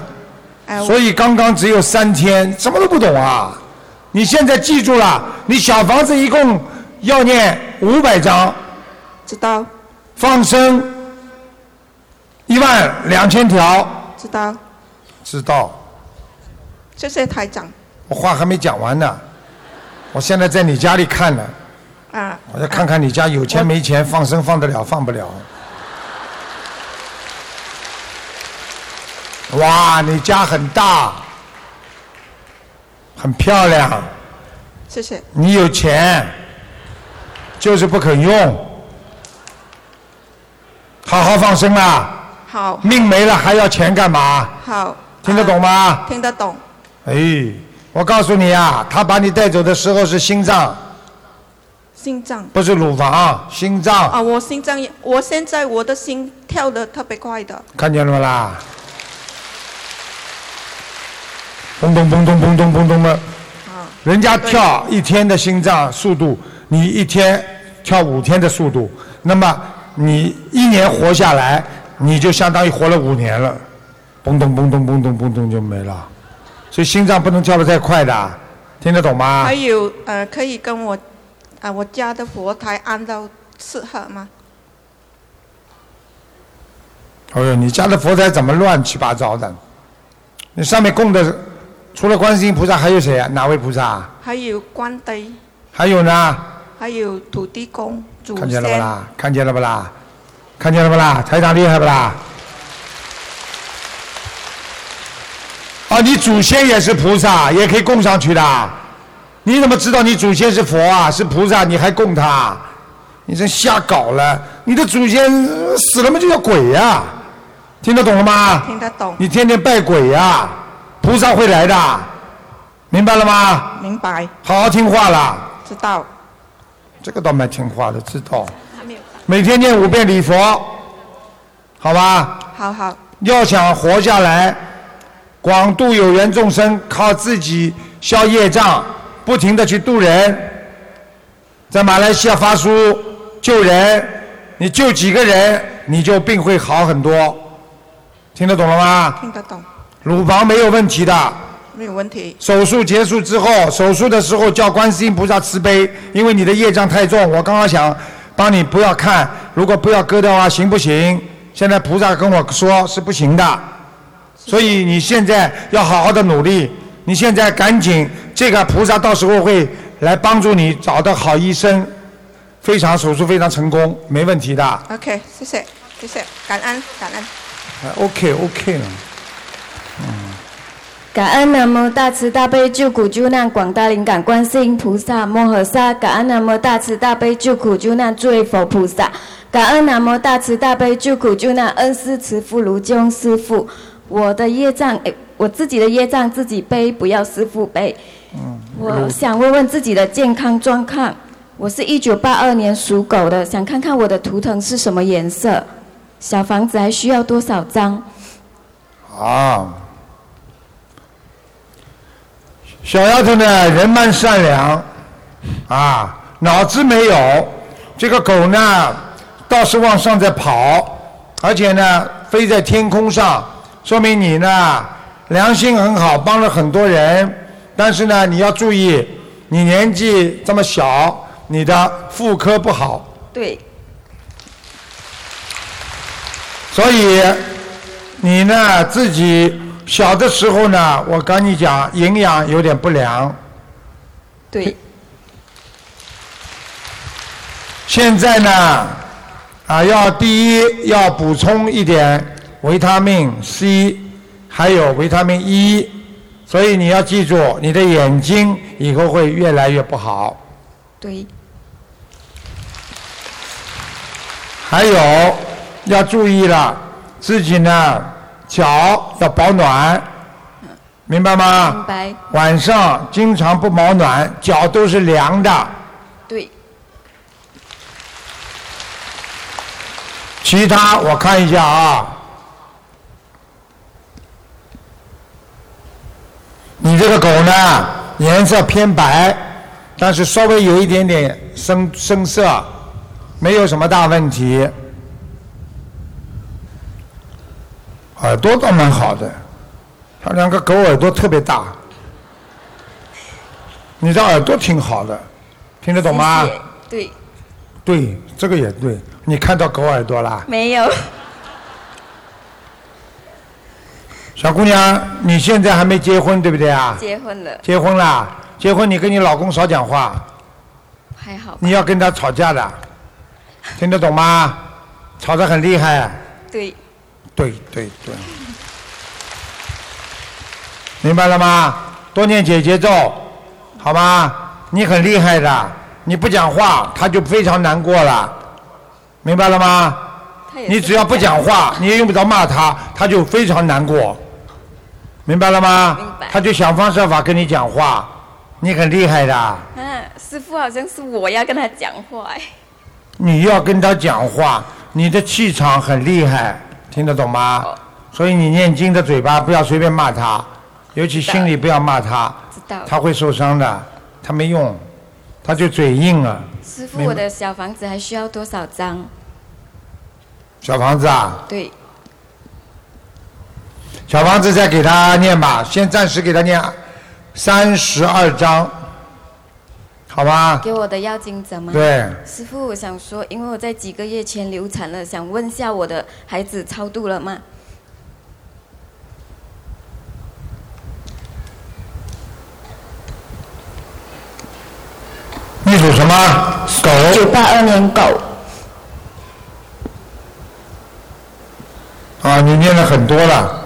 哎，我所以刚刚只有三天，什么都不懂啊！你现在记住了，你小房子一共要念五百张，知道？放生一万两千条，知道。知道？谢谢台长我话还没讲完呢，我现在在你家里看呢，啊！我要看看你家有钱没钱，放生放得了放不了。哇，你家很大，很漂亮。谢谢。你有钱，就是不肯用，好好放生啊！好命没了还要钱干嘛？好，听得懂吗？听得懂。哎，我告诉你啊，他把你带走的时候是心脏，心脏不是乳房，心脏，啊，我心脏也，我现在我的心跳得特别快的，看见了吗啦？砰咚砰咚砰咚砰咚的，嗯人家跳一天的心脏速度，你一天跳五天的速度，那么你一年活下来，你就相当于活了五年了，砰咚砰咚砰咚砰咚就没了，所以心脏不能跳得太快的，听得懂吗还？有呃，可以跟我啊、我家的佛台安到适合吗？哎呦，你家的佛台怎么乱七八糟的？你上面供的除了观世音菩萨还有谁啊？哪位菩萨？还有关帝，还有呢？还有土地公、祖看见了不先，啦？看见了不啦？看见了不啦？台长厉害不啦？啊，你祖先也是菩萨，也可以供上去的。你怎么知道你祖先是佛啊？是菩萨，你还供他？你这瞎搞了！你的祖先呃死了嘛，就叫鬼呀、听得懂了吗？听得懂，你天天拜鬼呀、菩萨会来的，明白了吗？明白，好好听话啦，知道。这个倒蛮听话的，知道。每天念五遍礼佛，好吧？好好，要想活下来，广度有缘众生，靠自己消业障，不停的去度人，在马来西亚发书救人，你救几个人，你就病会好很多，听得懂了吗？听得懂，乳房没有问题的，没有问题。手术结束之后，手术的时候叫观世音菩萨慈悲，因为你的业障太重。我刚刚想帮你不要看，如果不要割的话，行不行？现在菩萨跟我说是不行的，所以你现在要好好的努力。你现在赶紧，这个菩萨到时候会来帮助你找到好医生，非常手术非常成功，没问题的。 OK，谢谢，谢谢，感恩，感恩。 OK OK 了。感恩南无大慈大悲救苦救难广大灵感观世音菩萨摩诃萨，感恩南无大慈大悲救苦救难诸位佛菩萨，感恩南无大慈大悲救苦救难恩师慈父卢军师傅。我的业障，诶我自己的业障自己背，不要师傅背。嗯我想问问自己的健康状况。我是一九八二年属狗的，想看看我的图腾是什么颜色。小房子还需要多少张？啊，小丫头呢，人蛮善良，啊，脑子没有。这个狗呢，倒是往上在跑，而且呢，飞在天空上，说明你呢良心很好，帮了很多人。但是呢，你要注意，你年纪这么小，你的妇科不好，对，所以你呢自己小的时候呢，我跟你讲，营养有点不良。对。现在呢，啊，要第一要补充一点维他命 C，还有维他命 E，所以你要记住，你的眼睛以后会越来越不好。对，还有要注意了，自己呢脚要保暖，明白吗明？白，晚上经常不保暖，脚都是凉的。对，其他我看一下啊，你这个狗呢，颜色偏白，但是稍微有一点点深深色，没有什么大问题。耳朵倒蛮好的，它两个狗耳朵特别大，你的耳朵挺好的，听得懂吗？对，对，这个也对。你看到狗耳朵啦，没有，小姑娘，你现在还没结婚，对不对啊？结婚了，结婚啦，结婚你跟你老公少讲话，还好，你要跟他吵架的，听得懂吗？吵得很厉害，对，对对对，明白了吗？多念姐姐咒，好吗？你很厉害的，你不讲话，他就非常难过了，明白了吗？你只要不讲话，你也用不着骂他，他就非常难过，明白了吗？他就想方设法跟你讲话，你很厉害的，啊，师傅好像是我要跟他讲话哎，你要跟他讲话，你的气场很厉害，听得懂吗？所以你念经的嘴巴不要随便骂他，尤其心里不要骂他，知道，他会受伤的，他没用，他就嘴硬啊。师傅，明白我的小房子还需要多少张？小房子啊，对，小房子再给他念吧，先暂时给他念三十二章，好吧？给我的要经者吗？对师傅，我想说，因为我在几个月前流产了，想问下我的孩子超度了吗？你属什么？狗。九八二年狗，啊，你念了很多了，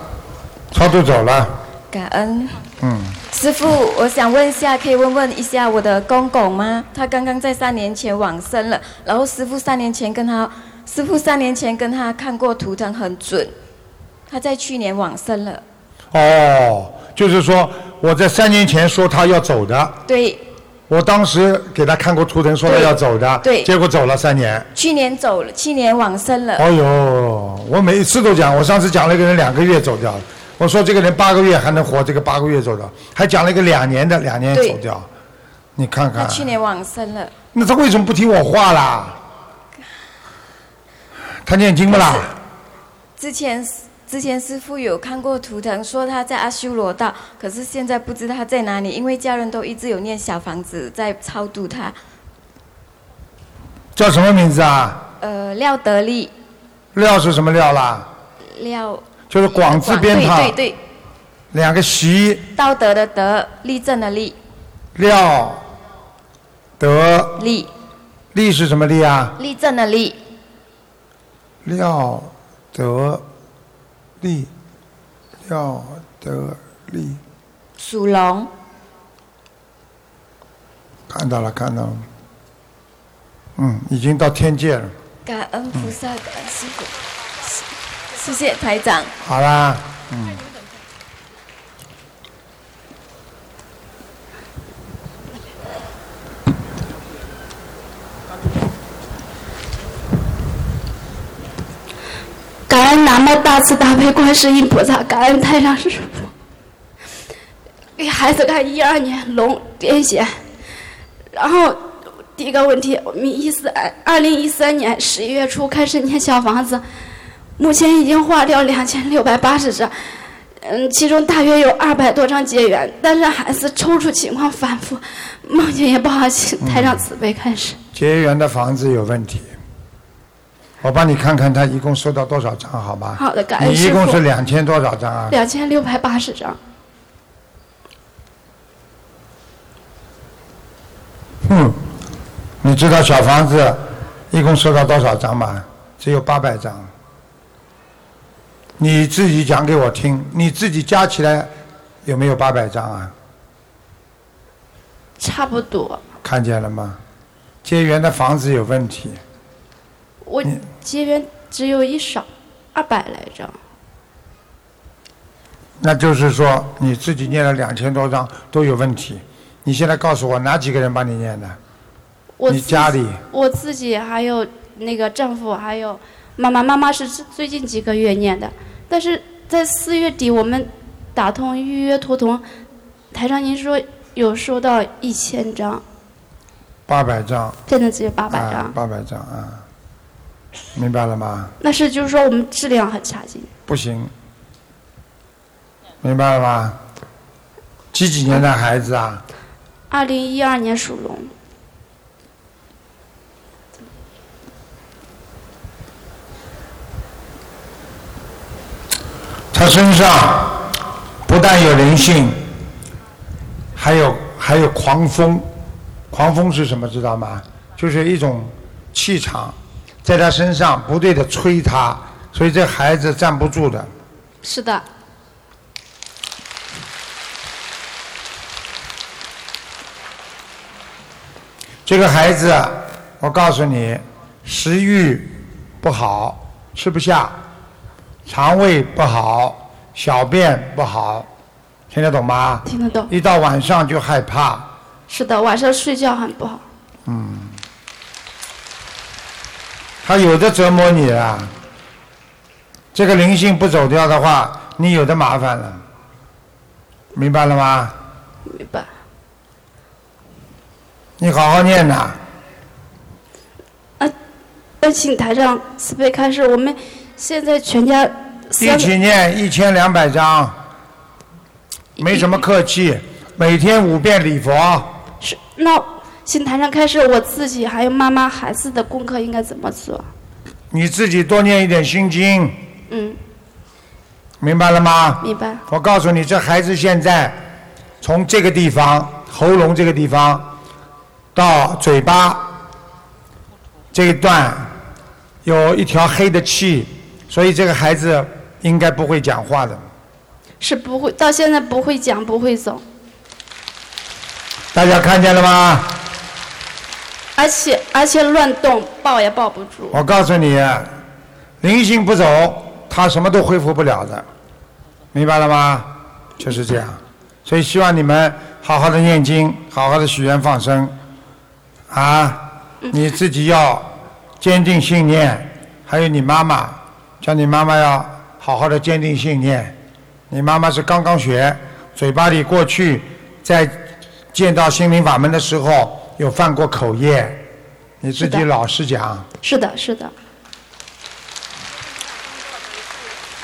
超度走了，感恩嗯，师傅，我想问一下，可以问问一下我的公公吗？他刚刚在三年前往生了，然后师傅三年前跟他，师傅三年前跟他看过图腾很准，他在去年往生了。哦，就是说我在三年前说他要走的，对，我当时给他看过图腾，说他要走的，对对结果走了三年。去年走了，去年往生呃了。哦呦，我每一次都讲，我上次讲了一个人两个月走掉了，我说这个人八个月还能活，这个八个月走掉，还讲了一个两年的，两年对走掉，你看他看，去年往生了，那他为什么不听我话啦？他念经不啦？之前之前师傅有看过图腾，说他在阿修罗道，可是现在不知道他在哪里，因为家人都一直有念小房子在超度他。叫什么名字啊？呃，廖德利，廖是什么廖啦？廖就是广字哦边旁，对对两个习对，道德的德，立正的立，廖德立利是什么利啊？立正的立，廖德利，廖德利，属龙。看到了，看到了，嗯，已经到天界了，感恩菩萨，感恩师傅，谢谢台长。好啦，嗯，感恩南无大慈大悲观世音菩萨，感恩太上师父。给孩子看一二年龙癫痫，然后第一个问题，我们一四二零一三年十一月初开始念小房子，目前已经化掉两千六百八十张，嗯，其中大约有二百多张结缘，但是孩子抽搐情况反复，梦见也不好，请嗯台上慈悲开始。结缘的房子有问题，我帮你看看他一共收到多少张，好吧？好的感恩嗯你一师共父是两千多少张啊？两千六百八十张，嗯，你知道小房子一共收到多少张吗？只有八百张。你自己讲给我听，你自己加起来有没有八百张啊？差不多。看见了吗？结缘的房子有问题，我嗯结缘只有一少二百来张，那就是说你自己念了两千多张都有问题。你现在告诉我哪几个人帮你念的？我你自家里我自己还有那个丈夫还有妈妈，妈妈是最最近几个月念的，但是在四月底我们打通预约图同，台上您说有收到一千张，八百张，现在只有八百张，八百张啊，明白了吗？那是就是说我们质量很差劲，不行，明白了吗？几几年的孩子啊？二零一二年属龙。他身上不但有灵性，还有还有狂风。狂风是什么？知道吗？就是一种气场，在他身上不对的吹他，所以这孩子站不住的。是的，这个孩子，啊我告诉你，食欲不好，吃不下，肠胃不好，小便不好，听得懂吗？听得懂。一到晚上就害怕，是的，晚上睡觉很不好。嗯，他有的折磨你啊。这个灵性不走掉的话，你有的麻烦了，明白了吗？明白。你好好念呐，那请台上慈悲开示，我们现在全家一三起个念一千两百章，没什么客气，每天五遍礼佛，是那请台上开示，我自己还有妈妈孩子的功课应该怎么做？你自己多念一点心经，嗯，明白了吗？明白。我告诉你，这孩子现在从这个地方喉咙这个地方到嘴巴这一段有一条黑的气，所以这个孩子应该不会讲话的。是不会到现在不会讲不会走，大家看见了吗？而且而且乱动抱也抱不住。我告诉你，灵性不走，他什么都恢复不了的，明白了吗？就是这样，所以希望你们好好的念经，好好的许愿放生，啊，你自己要坚定信念，还有你妈妈，叫你妈妈要好好的坚定信念。你妈妈是刚刚学，嘴巴里过去在见到心灵法门的时候有犯过口业，你自己是的老实讲。是的，是的。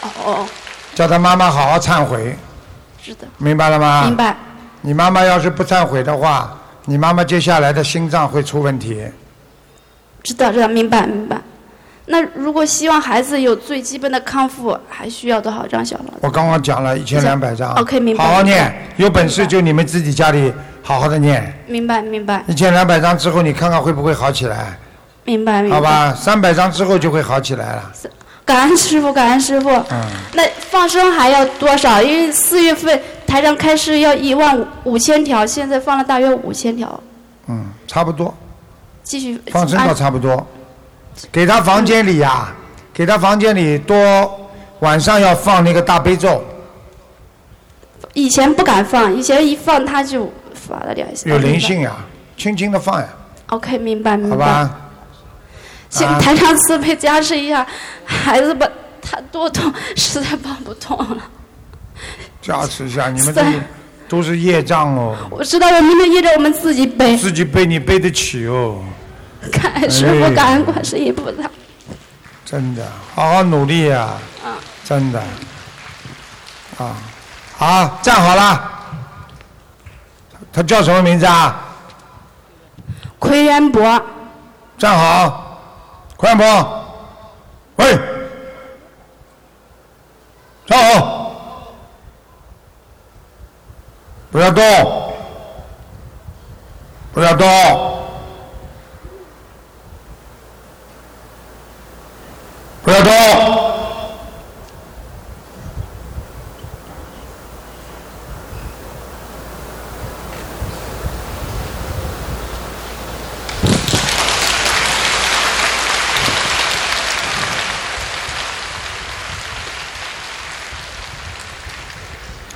哦哦，叫他妈妈好好忏悔，是的，明白了吗？明。白。你妈妈要是不忏悔的话，你妈妈接下来的心脏会出问题。知道知道，明白明白。那如果希望孩子有最基本的康复，还需要多少张小房子？我刚刚讲了一千两百张 OK，明白好好明白念，有本事就你们自己家里好好的念。明白明白一千两百张之后，你看看会不会好起来？明白明白。好吧，。三百张之后就会好起来了。感恩师傅，感恩师傅。嗯，那放生还要多少？因为四月份台上开市要一万五千条，现在放了大约五千条，嗯，差不多，继续啊放生倒按差不多。给他房间里呀、给他房间里多晚上要放那个大悲咒，以前不敢放，以前一放他就发了两下。有灵性呀、轻轻的放呀、 OK，明白明白。好吧？请嗯啊台上慈悲加持一下，孩子吧，他多动实在抱不动了。加持一下，你们这些都是业障哦，我知道我们的业障我们自己背，自己背你背得起哦，感恩师傅哎，感恩观世音菩萨。真的，好好努力呀、嗯真的，啊，好，站好了，他叫什么名字啊？奎元博，站好，奎元博，喂，站好，不要动，不要动。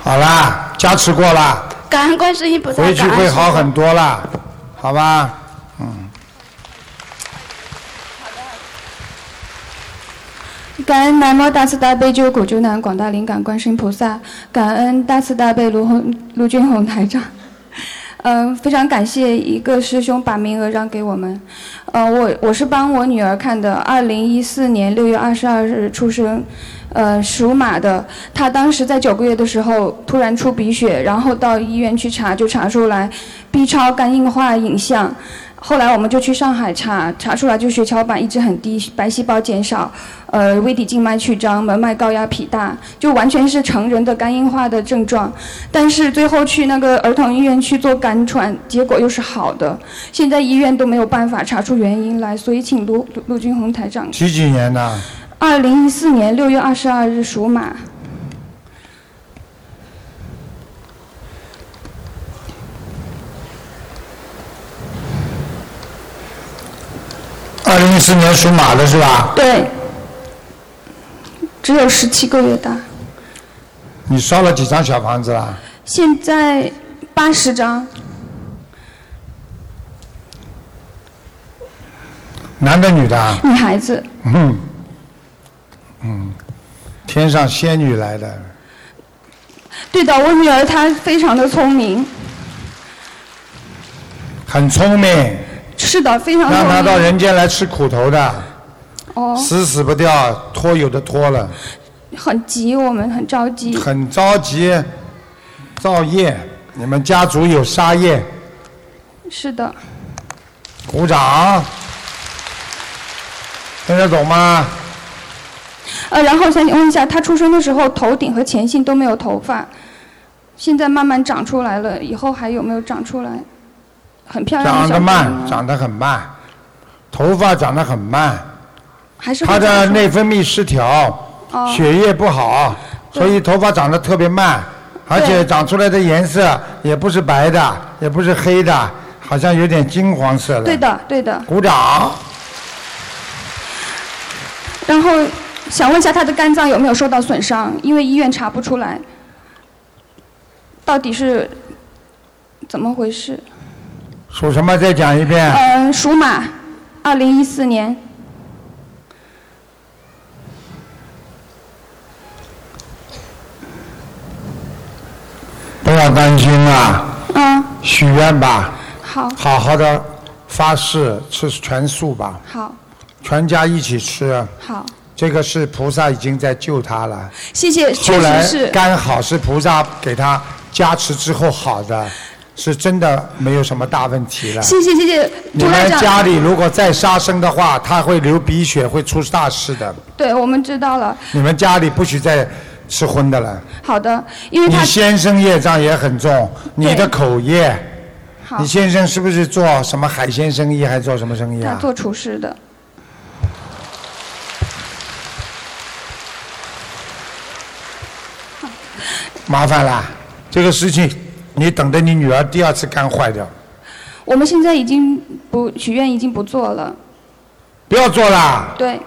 好啦，加持过啦，感恩观世音菩萨，回去感恩会师父好很多啦，好吧？感恩南无大慈大悲救苦救难广大灵感观世音菩萨，感恩大慈大悲卢洪卢俊宏台长。 嗯、非常感谢一个师兄把名额让给我们。呃，我我是帮我女儿看的，二零一四年六月二十二日出生，呃，属马的。她当时在九个月的时候突然出鼻血，然后到医院去查，就查出来 B 超肝硬化影像。后来我们就去上海查，查出来就血小板一直很低，白细胞减少，呃，胃底静脉曲张，门脉高压脾大，就完全是成人的肝硬化的症状。但是最后去那个儿童医院去做肝穿，结果又是好的。现在医院都没有办法查出原因来，所以请卢卢卢军红台长。几几年的？二零一四年六月二十二日属马，二零一四年属马的是吧？对，只有十七个月大，你烧了几张小房子啦？现在八十张，男的女的啊？女孩子。嗯，嗯，天上仙女来的，对的，我女儿她非常的聪明，很聪 明，是的，非常聪让明。她到人间来吃苦头的，哦，死死不掉，拖有的拖了，很急，我们很着急。很着急，造业。你们家族有杀业，是的，鼓掌，听得懂吗？呃，然后想问一下，她出生的时候头顶和前心都没有头发，现在慢慢长出来了，以后还有没有长出来？很漂亮长的小得姑娘慢，长得很慢，头发长得很慢，还是会她的长出来内分泌失调，哦血液不好，对所以头发长得特别慢，而且对长出来的颜色也不是白的，也不是黑的，好像有点金黄色的。对的，对的。鼓掌。然后想问一下，她的肝脏有没有受到损伤？因为医院查不出来，到底是怎么回事？属什么？再讲一遍。呃，属马，二零一四年。不要担心啊，嗯，许愿吧，好，好好的发誓吃全素吧，好，全家一起吃。好，这个是菩萨已经在救他了。谢谢，确后来实是。刚好是菩萨给他加持之后好的，是真的没有什么大问题了。谢谢谢谢，你涂台们长。家里如果再杀生的话，他会流鼻血，会出大事的。对，我们知道了。你们家里不许再吃荤的了。好的，因为你他先生业障也很重，你的口业。好你，先生是不是做什么海鲜生意，还做什么生意他啊？做厨师的。麻烦啦，这个事情你等着你女儿第二次肝坏掉，我们现在已经不许愿，已经不做了。不要做啦。对，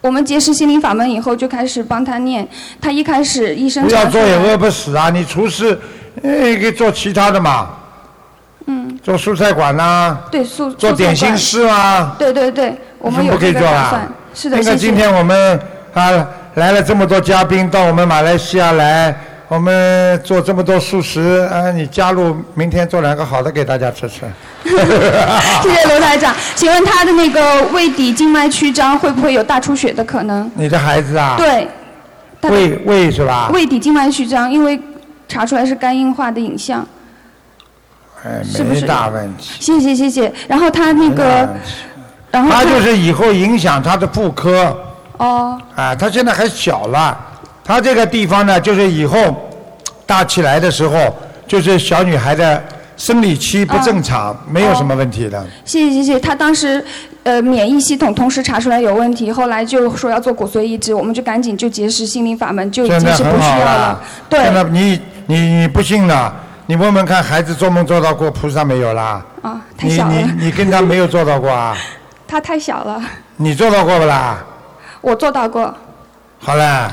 我们结识心灵法门以后，就开始帮他念。他一开始医生不要查出做也来饿不死啊！你厨师，哎，可以做其他的嘛，嗯，做蔬菜馆啊啦、对素做点心师啊。对对对，我们什么有不可以这个做打啦算。？是的，那个谢谢今天我们啊来了这么多嘉宾到我们马来西亚来，我们做这么多素食啊，你加入明天做两个好的给大家吃吃。 谢谢刘台长，请问他的那个胃底静脉曲张会不会有大出血的可能？你的孩子啊？。对，他的胃胃是吧？胃底静脉曲张，因为查出来是肝硬化的影像。哎，是不没是大问题。谢谢谢谢。然后他那个，然后他就是以后影响他的妇科哦，啊，他现在还小了，他这个地方呢，就是以后大起来的时候，就是小女孩的生理期啊不正常，没哦有什么问题的。谢谢谢谢。他当时呃免疫系统同时查出来有问题，后来就说要做骨髓移植，我们就赶紧就结识心灵法门，就已现经在是不很需好要了了。，对现在你你你不信了，你问问看，孩子做梦做到过菩萨没有啦？啊，太你小你了，你跟他没有做到过啊？他太小了，你做到过不啦？我做到过。好了，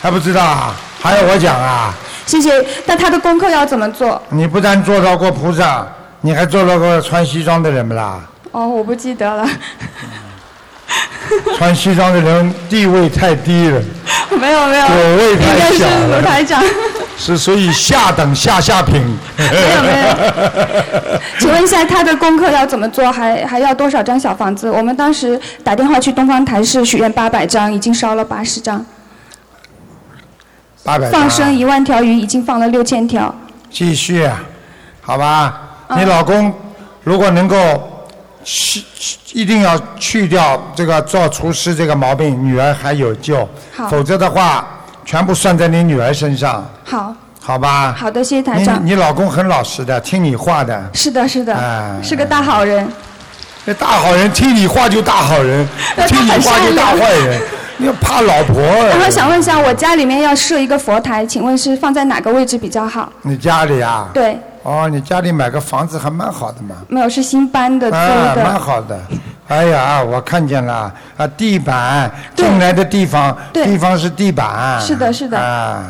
还不知道啊？还要我讲啊？谢谢。那他的功课要怎么做？你不但做到过菩萨，你还做到过穿西装的人不啦？哦，我不记得了，穿西装的人地位太低了，没有没有，果位应该太是小卢台了，长。是属于下等下下品。请问一下，他的功课要怎么做？还还要多少张小房子？我们当时打电话去东方台是许愿八百张，已经烧了八十张，八百放生一万条鱼，已经放了六千条。继续，啊好吧？嗯你老公如果能够去，去一定要去掉这个做厨师这个毛病，女儿还有救好。否则的话，全部算在你女儿身上，好，好吧？好的，谢谢台你长。你老公很老实的，听你话的。是的，是的，哎是个大好人。那大好人听你话就大好人， 那他听你很话就善大良坏人。 你要怕老婆啊。然后想问一下，我家里面要设一个佛台，请问是放在哪个位置比较好？你家里啊？。对，哦，你家里买个房子还蛮好的嘛。没有是新搬的租啊，呃的。蛮好的。哎呀，我看见了啊，地板进来的地方，对地方是地板。是的是的啊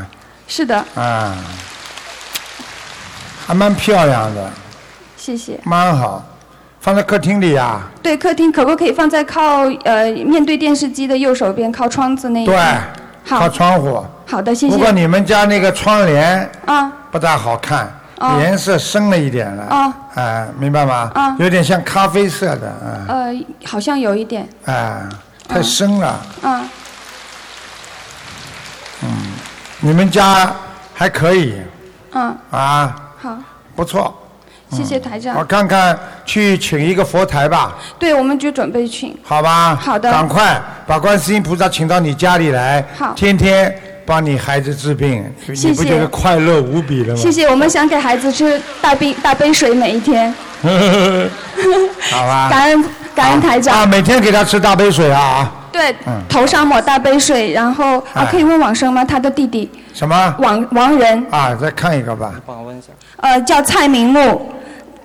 是的，啊，还蛮漂亮的，谢谢。蛮好，放在客厅里呀、啊。对，客厅可不可以放在靠呃面对电视机的右手边，靠窗子那一对边？，哎好靠窗户。好的，谢谢。不过你们家那个窗帘啊不大好看，哦颜色深了一点了。啊哎，明白吗？啊有点像咖啡色的，啊呃，好像有一点，哎，太深了。啊，哦嗯你们家还可以嗯，啊，好，不错。谢谢台长。我看看去请一个佛台吧，对，我们就准备请。好吧？好的赶快把观世音菩萨请到你家里来，好天天帮你孩子治病，你谢谢你不就是快乐无比了吗？谢谢，我们想给孩子吃大冰大杯水，每一天。谢， 好吧。 感恩感恩台长。啊，每天给他吃大杯水啊。对，嗯头上抹大杯水，然后啊哎，可以问往生吗？他的弟弟什么？王王仁，啊，再看一个吧。帮我问一下。呃，叫蔡明木，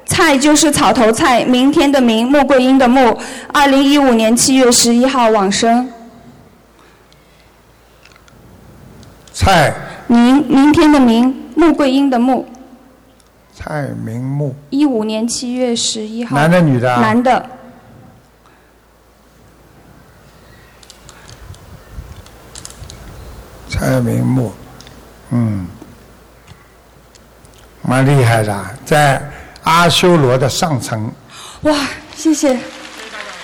蔡就是草头蔡，明天的明，穆桂英的穆，二零一五年七月十一号往生。蔡明明天的明，穆桂英的穆，蔡明木，一五年七月十一号。男的女的啊男的，蔡明木，嗯，蛮厉害的，啊在阿修罗的上层，哇，谢谢，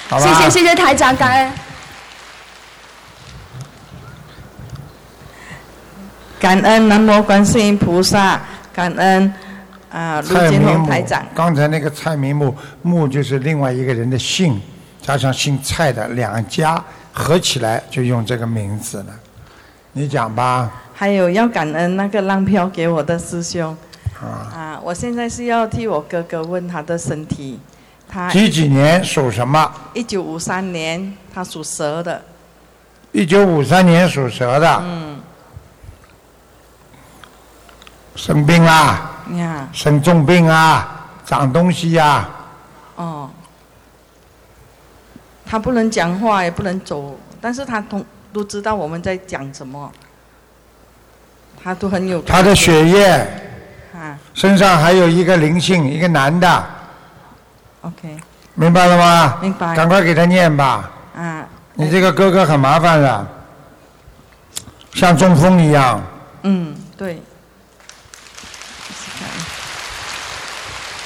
好吧？谢谢谢谢台长，感恩。感恩南无观世音菩萨，感恩啊卢蔡金明红木台长。，刚才那个蔡明木，木就是另外一个人的姓，加上姓蔡的两家合起来就用这个名字了。你讲吧，还有要感恩那个浪飘给我的师兄啊，啊！我现在是要替我哥哥问他的身体，他几几年属什么？一九五三年，他属蛇的，一九五三年属蛇的，嗯生病啦，呀，生重病啊，长东西啊呀、哦，他不能讲话，也不能走，但是他同都知道我们在讲什么，他都很有他的血液啊身上还有一个灵性，一个男的， ，OK 明白了吗？明白赶快给他念吧，啊，你这个哥哥很麻烦的，像中风一样。嗯，对，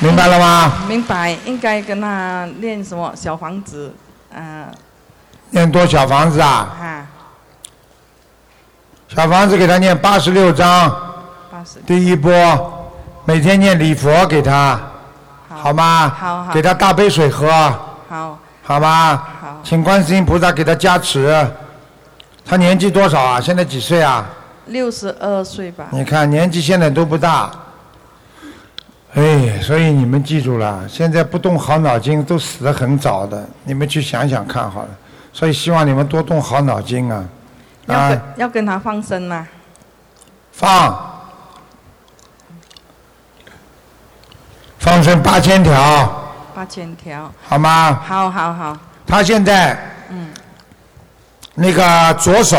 明白了吗？明白，应该跟他练什么小房子，啊念多小房子啊，啊，小房子给他念八十六章，八十，第一波，每天念礼佛给他，好吗？好好给他大杯水喝，好，好吗？好，请观世音菩萨给他加持。他年纪多少啊？现在几岁啊？六十二岁吧，你看年纪现在都不大，哎，所以你们记住了，现在不动好脑筋都死得很早的，你们去想想看好了。所以希望你们多动好脑筋啊！要啊，跟要跟他放生吗？放放生八千条，八千条，好吗？好好好，他现在嗯，那个左手、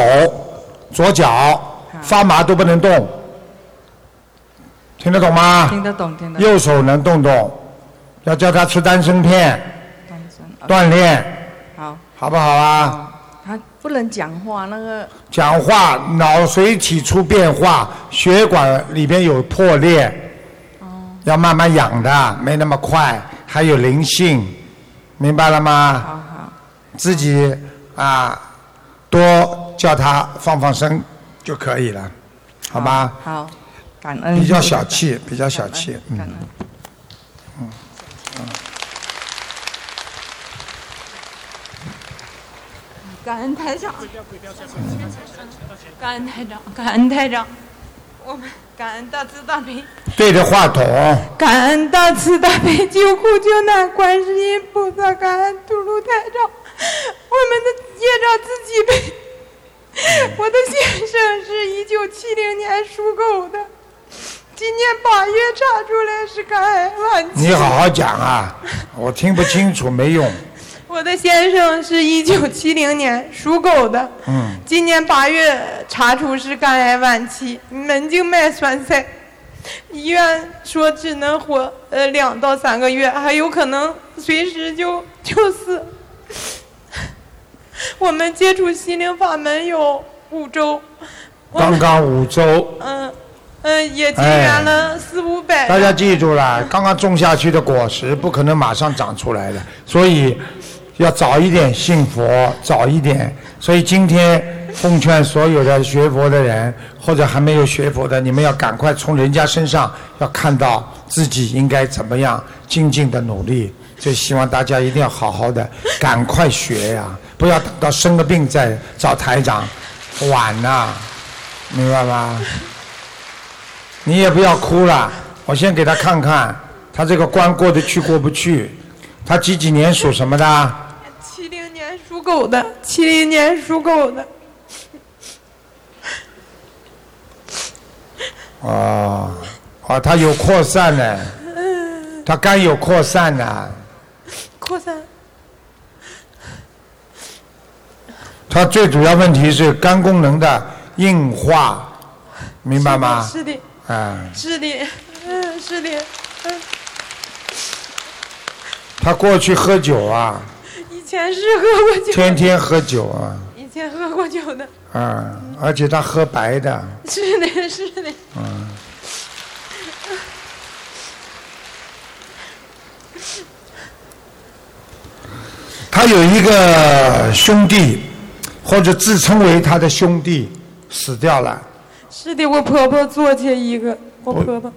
左脚发麻都不能动，听得懂吗？听得懂，听得懂。右手能动动，要叫他吃丹参片，锻炼，好，好不好啊？他不能讲话，那个讲话脑髓体出变化，血管里边有破裂，要慢慢养的，没那么快，还有灵性，明白了吗？自己啊，多叫他放放生就可以了，好吧？好，嗯感恩。比较小气，比较小气，嗯。感恩台长，感恩台长，感恩台长，我们感恩大慈大悲，对着话筒，感恩大慈大悲救苦救难观世音菩萨，感恩吐鲁台长，我们的业障自己背。嗯我的先生是一九七零年属狗的，今年八月查出来是肝癌晚期。你好好讲啊，我听不清楚，没用。我的先生是一九七零年属狗的，嗯，今年八月查出是肝癌晚期，门静脉栓塞，医院说只能活呃两到三个月，还有可能随时就 就死。我们接触心灵法门有五周，我刚刚五周，嗯嗯也结缘了四五百人。大家记住了，刚刚种下去的果实不可能马上长出来的，所以要早一点信佛，早一点。所以今天奉劝所有的学佛的人，或者还没有学佛的，你们要赶快从人家身上要看到自己应该怎么样精进的努力。就希望大家一定要好好的，赶快学呀、不要等到生了病再找台长，晚呐、明白吗？你也不要哭了，我先给他看看，他这个关过得去过不去？他几几年属什么的？七零年属狗的，七零年属狗的，哦，哦，他有扩散呢，他肝有扩散呢、扩散他最主要问题是肝功能的硬化，明白吗？是的，啊、是的，嗯，是的，嗯，他过去喝酒啊， 以前是喝过酒的，天天喝酒啊，以前喝过酒的，啊、而且他喝白的，是的，是的，嗯，他有一个兄弟，或者自称为他的兄弟死掉了，是的，我婆婆做去一个，我婆婆，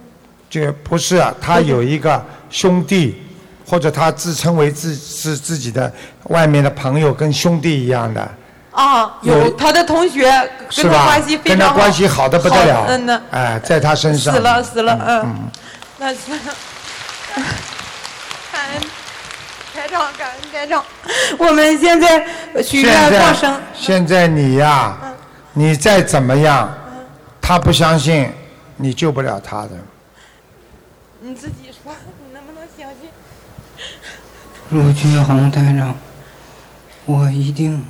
这不是啊，他有一个兄弟，或者他自称为自是自己的外面的朋友，跟兄弟一样的，啊，有有他的同学是跟他吧？关系非跟他常好，关系好的不得了，嗯呐，哎，在他身上死了死了，嗯，嗯，那行，感恩台长，感恩台长， 我们现在呃许现愿放在生，嗯现在你呀、你再怎么样，他不相信，你救不了他的。你自己说，你能不能相信？陆军红台长，我一定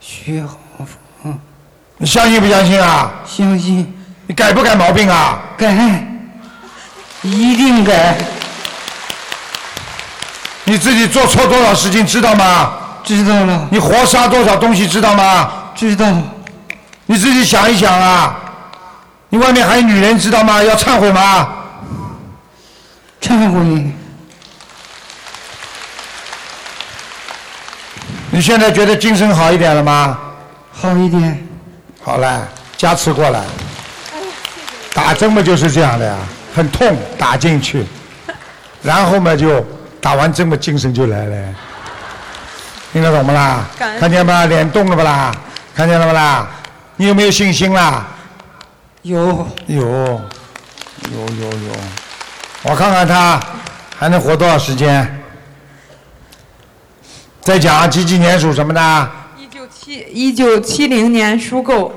学好佛。你相信不相信啊？相信。你改不改毛病啊？改，一定改。你自己做错多少事情知道吗？知道了。你活杀多少东西知道吗？知道。你自己想一想啊！你外面还有女人知道吗？要忏悔吗？忏悔。你现在觉得精神好一点了吗？好一点。好了，加持过来。打针嘛就是这样的呀，很痛，打进去，然后嘛就打完针嘛精神就来了呀，听得懂不啦感？恩看见不啦？脸动了不啦？看见了不啦？你有没有信心啦？有。有，有有有，我看看他还能活多少时间。再讲啊几几年属什么的？一九七一九七零年属狗，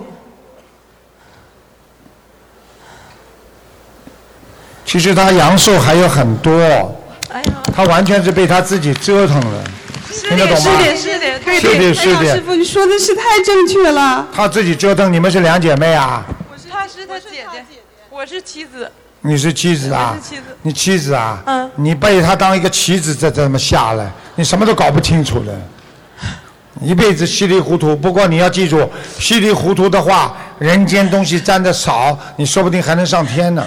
其实他阳寿还有很多，哎呀，他完全是被他自己折腾了，听得懂吗？是的，是的，对是的对，是的台长师傅，你说的是太正确了。他自己折腾，你们是两姐妹啊？我是她是她姐姐，我是妻子。你是妻子啊？你妻子啊？嗯。你被他当一个棋子在这么下来，你什么都搞不清楚了，一辈子稀里糊涂。不过你要记住，稀里糊涂的话，人间东西沾的少，你说不定还能上天呢。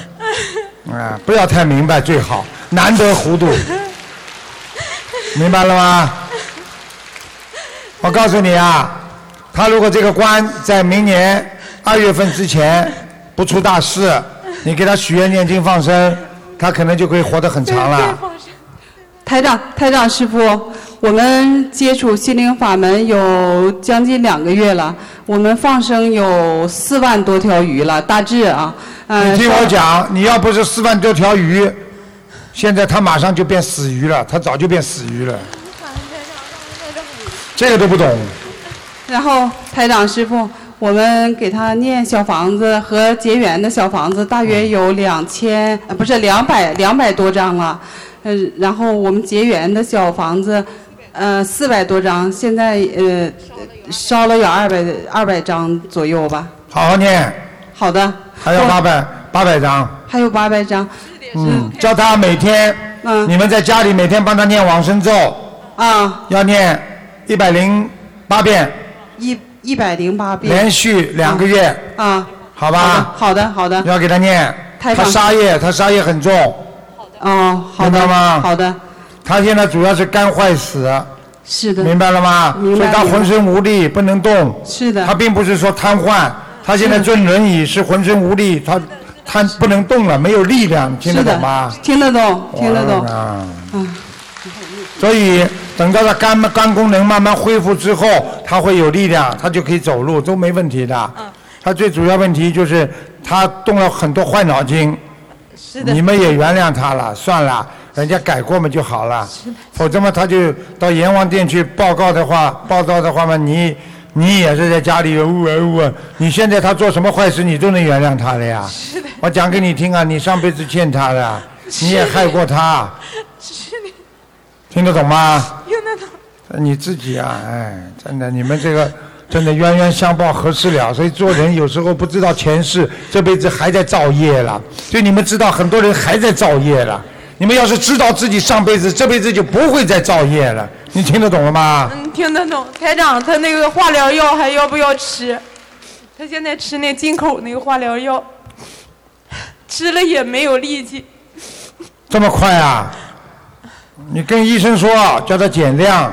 啊，不要太明白最好，难得糊涂，明白了吗？我告诉你啊，他如果这个官在明年二月份之前不出大事，你给他许愿念经放生，他可能就可以活得很长了。台长，台长师傅，我们接触心灵法门有将近两个月了，我们放生有四万多条鱼了，大致啊。嗯、你听我讲，你要不是四万多条鱼，现在他马上就变死鱼了，他早就变死鱼了。这个都不懂，然后台长师傅，我们给他念小房子和结缘的小房子，大约嗯有两千，呃不是两百两百多张了。呃，然后我们结缘的小房子，呃，四百多张，现在呃烧了有二百二百张左右吧。好好念，好的，还有八嗯百八百张。还有八百张。嗯，叫他每天，你们在家里每天帮他念往生咒，嗯啊，要念一百零八遍，一一百零八遍。连续两个月，啊，好吧？好的好的。要给他念，台他长杀业，他杀业很重，哦，好明白的吗？好的，他现在主要是肝坏死。是的。明白了吗？明白所以他明白浑身无力，不能动。是的。他并不是说瘫痪，他现在坐轮椅是浑身无力，他他不能动了，没有力量，听得是的懂吗？听得懂，听得懂。啊。嗯，所以等到他肝肝功能慢慢恢复之后，他会有力量，他就可以走路，都没问题的。嗯他最主要问题就是他动了很多坏脑筋。是你们也原谅他了，算了，人家改过嘛就好了。否则嘛，他就到阎王殿去报告的话，报道的话嘛，你你也是在家里呜啊呜啊，你现在他做什么坏事，你都能原谅他了呀？是的。我讲给你听啊，你上辈子欠他的，你也害过他，是的，听得懂吗？有那种你自己啊，哎，真的，你们这个 真的冤冤相报何时了？所以做人有时候不知道前世，这辈子还在造业了。所以你们知道，很多人还在造业了。你们要是知道自己上辈子，这辈子就不会再造业了。你听得懂了吗？嗯，听得懂。台长，他那个化疗药还要不要吃？他现在吃那进口那个化疗药，吃了也没有力气。这么快啊？你跟医生说，叫他减量，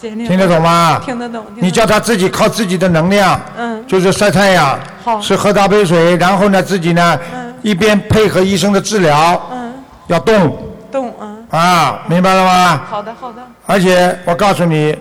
听得懂吗听得懂。听得懂你叫他自己靠自己的能量，嗯就是晒太阳，好是喝大杯水，然后呢自己呢，一边配合医生的治疗，嗯要动懂啊。啊，明白了吗？好的好的而且我告诉你，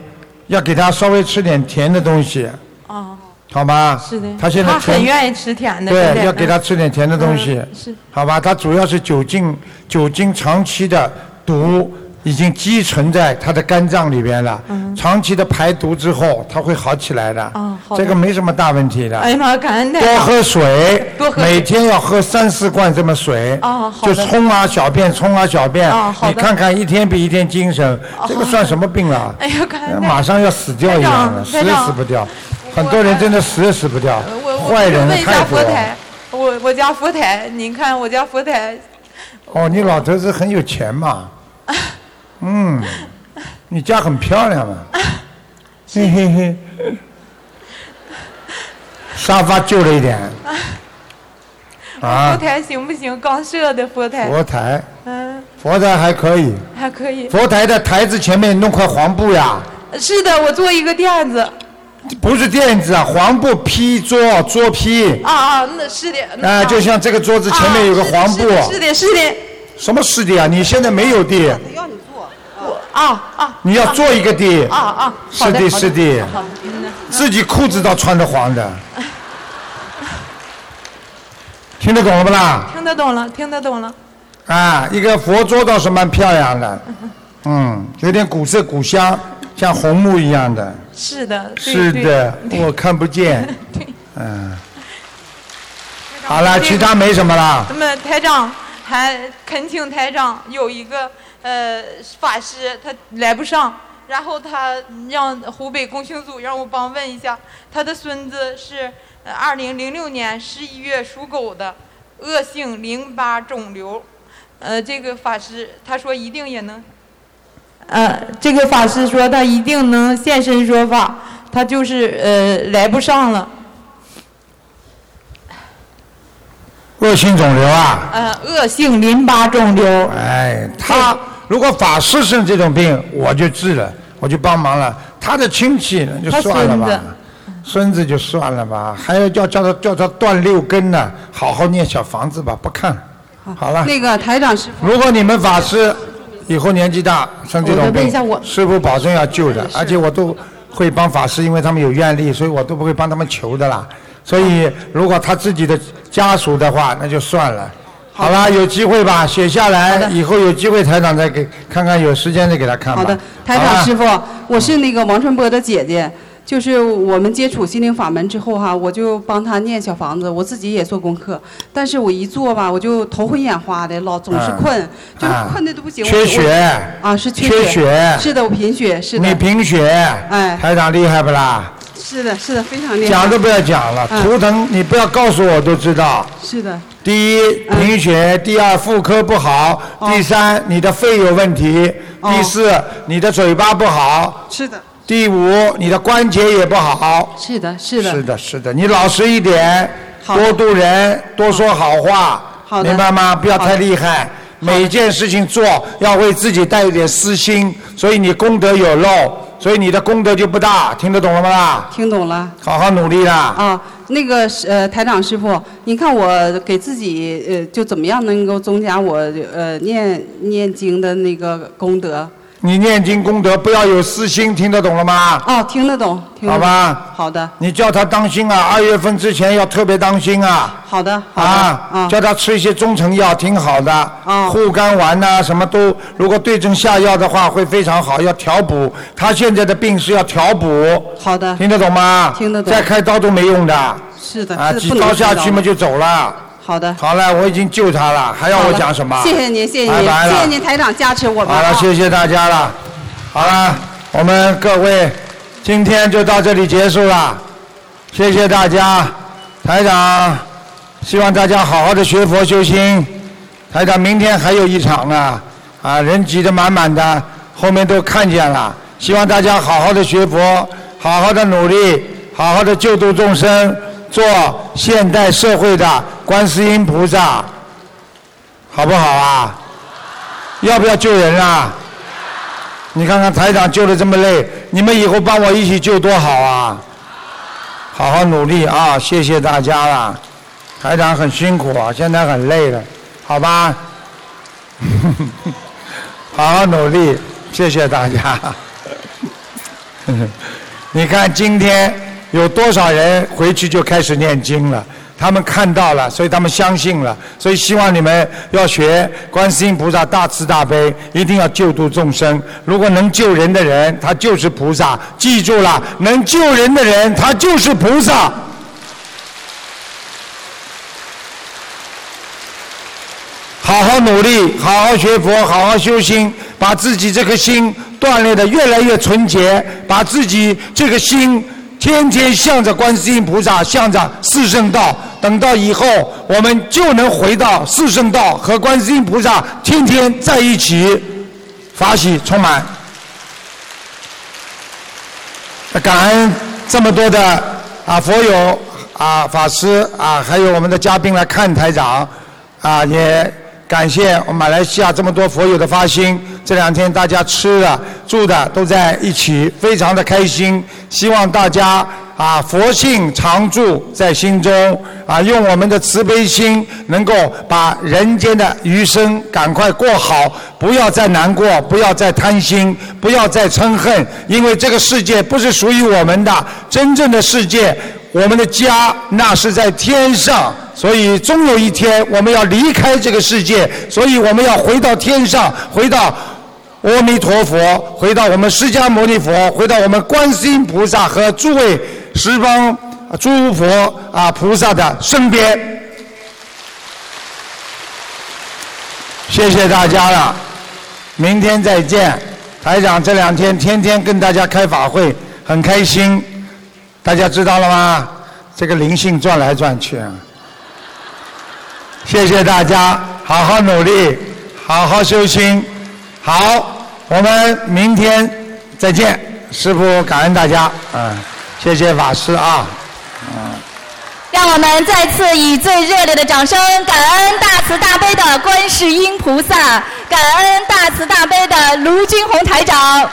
要给他稍微吃点甜的东西，啊，好吗？是的。他现在很甜愿意吃甜的。对现在要给他吃点甜的东西嗯是好吧，它主要是酒精，酒精长期的毒已经积存在他的肝脏里边了，长期的排毒之后，它会好起来的。嗯哦好的这个没什么大问题的。哎呀妈，感恩的。多喝水，多喝水每天要喝三四罐这么水，哦好就的冲啊小便，冲啊小便，哦好你的哦看看一天比一天精神，这个算什么病啊？ 哎呀，感恩的。马上要死掉一样的，死 台也长死不掉，很多人真的死也死不掉我，我坏人问一太下多佛了。台，我我家佛台，您看我家佛台，哦，你老头子很有钱嘛？嗯，你家很漂亮嘛？嘿嘿嘿，沙发旧了一点佛啊，台行不行？刚设的佛台。佛台，嗯，佛台还可以。还可以。佛台的台子前面弄块黄布呀，是的，我做一个垫子。不是垫子啊，黄布披桌桌披，啊啊，那是的。那啊，就像这个桌子前面有个黄布。是的，是的，什么是的啊？你现在没有地，啊啊。你要做一个地啊啊。好是的好是的好嗯那自己裤子倒穿着黄的，听得懂了不啦？听得懂了，听得懂了。啊，一个佛桌倒是蛮漂亮 的，嗯，有点古色古香，像红木一样的。是的，对是的，对我看不 见。 嗯，好了，其他没什么啦。那么台长还恳请台长有一个呃法师，他来不上，然后他让湖北共青组让我帮呃问一下，他的孙子是二零零六年十一月属狗的，恶性淋巴肿瘤。呃，这个法师他说一定也能呃，这个法师说他一定能现身说法，他就是呃来不上了。恶性肿瘤啊。呃，恶性淋巴肿瘤。哎，他如果法师生这种病，我就治了，我就帮忙了。他的亲戚呢，就他算了吧孙子，孙子就算了吧，还要叫叫他叫他断六根呢，好好念小房子吧，不看。好了，那个台长师傅，如果你们法师以后年纪大生这我种再问一下病我，师傅保证要救的，而且我都会帮法师，因为他们有愿力，所以我都不会帮他们求的啦。所以如果他自己的家属的话，那就算了。好啦，有机会吧，写下来，以后有机会台长再给看看，有时间再给他看吧。好的，台好长吧师傅，我是那个王传波的姐姐，就是我们接触心灵法门之后哈，我就帮他念小房子，我自己也做功课，但是我一做吧，我就头昏眼花的，老总是嗯困，就是啊困的都不行。缺我血啊，是缺缺血是的，我贫血，是的，你贫血，哎台长厉害不啦？是的，是的，非常厉害。讲都不要讲了，嗯图腾你不要告诉我都知道。是的，第一贫血，第二妇科不好，哦第三你的肺有问题，第四你的嘴巴不好，是的，第五你的关节也不好。是的，是的，是的，是的，你老实一点，的多度人，多说好话，好的明白吗？不要好太的厉害。每件事情做要为自己带一点私心，所以你功德有漏，所以你的功德就不大，听得懂了吗啦？听懂了。好好努力啦。啊，那个是呃，台长师傅，您看我给自己呃，就怎么样能够增加我呃念念经的那个功德？你念经功德不要有私心，听得懂了吗？哦，听得懂，听得好懂。吧，好的，你叫他当心啊，二月份之前要特别当心啊。好的，好的。啊，叫他吃一些中成药，挺好的。哦护肝丸呐、什么都，如果对症下药的话，会非常好。要调补他现在的病是要调补。好的。听得懂吗？啊听得懂再开刀都没用的。是的，啊，是的几不能刀下知道去嘛就走了。好的。好了，我已经救他了，还要好我了讲什么？谢谢您，谢谢拜您，拜谢了谢您，台长加持我们。啊好了，谢谢大家了。好了，我们各位今天就到这里结束了，谢谢大家。台长，希望大家好好的学佛修心。台长，明天还有一场呢，啊，人挤得满满的，后面都看见了。希望大家好好的学佛，好好的努力，好好的救度众生，做现代社会的观世音菩萨，好不好啊？要不要救人啊？你看看台长救的这么累，你们以后帮我一起救多好啊！好好努力啊！谢谢大家啦，台长很辛苦啊，现在很累了，好吧？ 好好努力，谢谢大家。 你看今天有多少人回去就开始念经了？他们看到了，所以他们相信了，所以希望你们要学观世音菩萨大慈大悲，一定要救度众生。如果能救人的人，他就是菩萨。记住了，能救人的人，他就是菩萨。好好努力，好好学佛，好好修心，把自己这颗心锻炼得越来越纯洁，把自己这个心天天向着观世音菩萨，向着四圣道。等到以后，我们就能回到四圣道和观世音菩萨天天在一起，法喜充满。感恩这么多的啊佛友啊法师啊，还有我们的嘉宾来看台长啊，也感谢我们马来西亚这么多佛友的发呃心。这两天大家吃的住的都在一起，非常的开心。希望大家啊佛性常驻在心中啊，用我们的慈悲心，能够把人间的余生赶快过好，不要再难过，不要再贪心，不要再嗔恨，因为这个世界不是属于我们的，真正的世界，我们的家那是在天上。所以，终有一天我们要离开这个世界，所以我们要回到天上，回到阿弥陀佛，回到我们释迦牟尼佛，回到我们观世音菩萨和诸位十方啊诸佛啊菩萨的身边。谢谢大家了，明天再见。台长这两天天天跟大家开法会，很开心，大家知道了吗？这个灵性转来转去啊。谢谢大家，好好努力，好好修心。好，我们明天再见，师傅感恩大家，嗯，谢谢法师啊，嗯。让我们再次以最热烈的掌声，感恩大慈大悲的观世音菩萨，感恩大慈大悲的卢军红台长。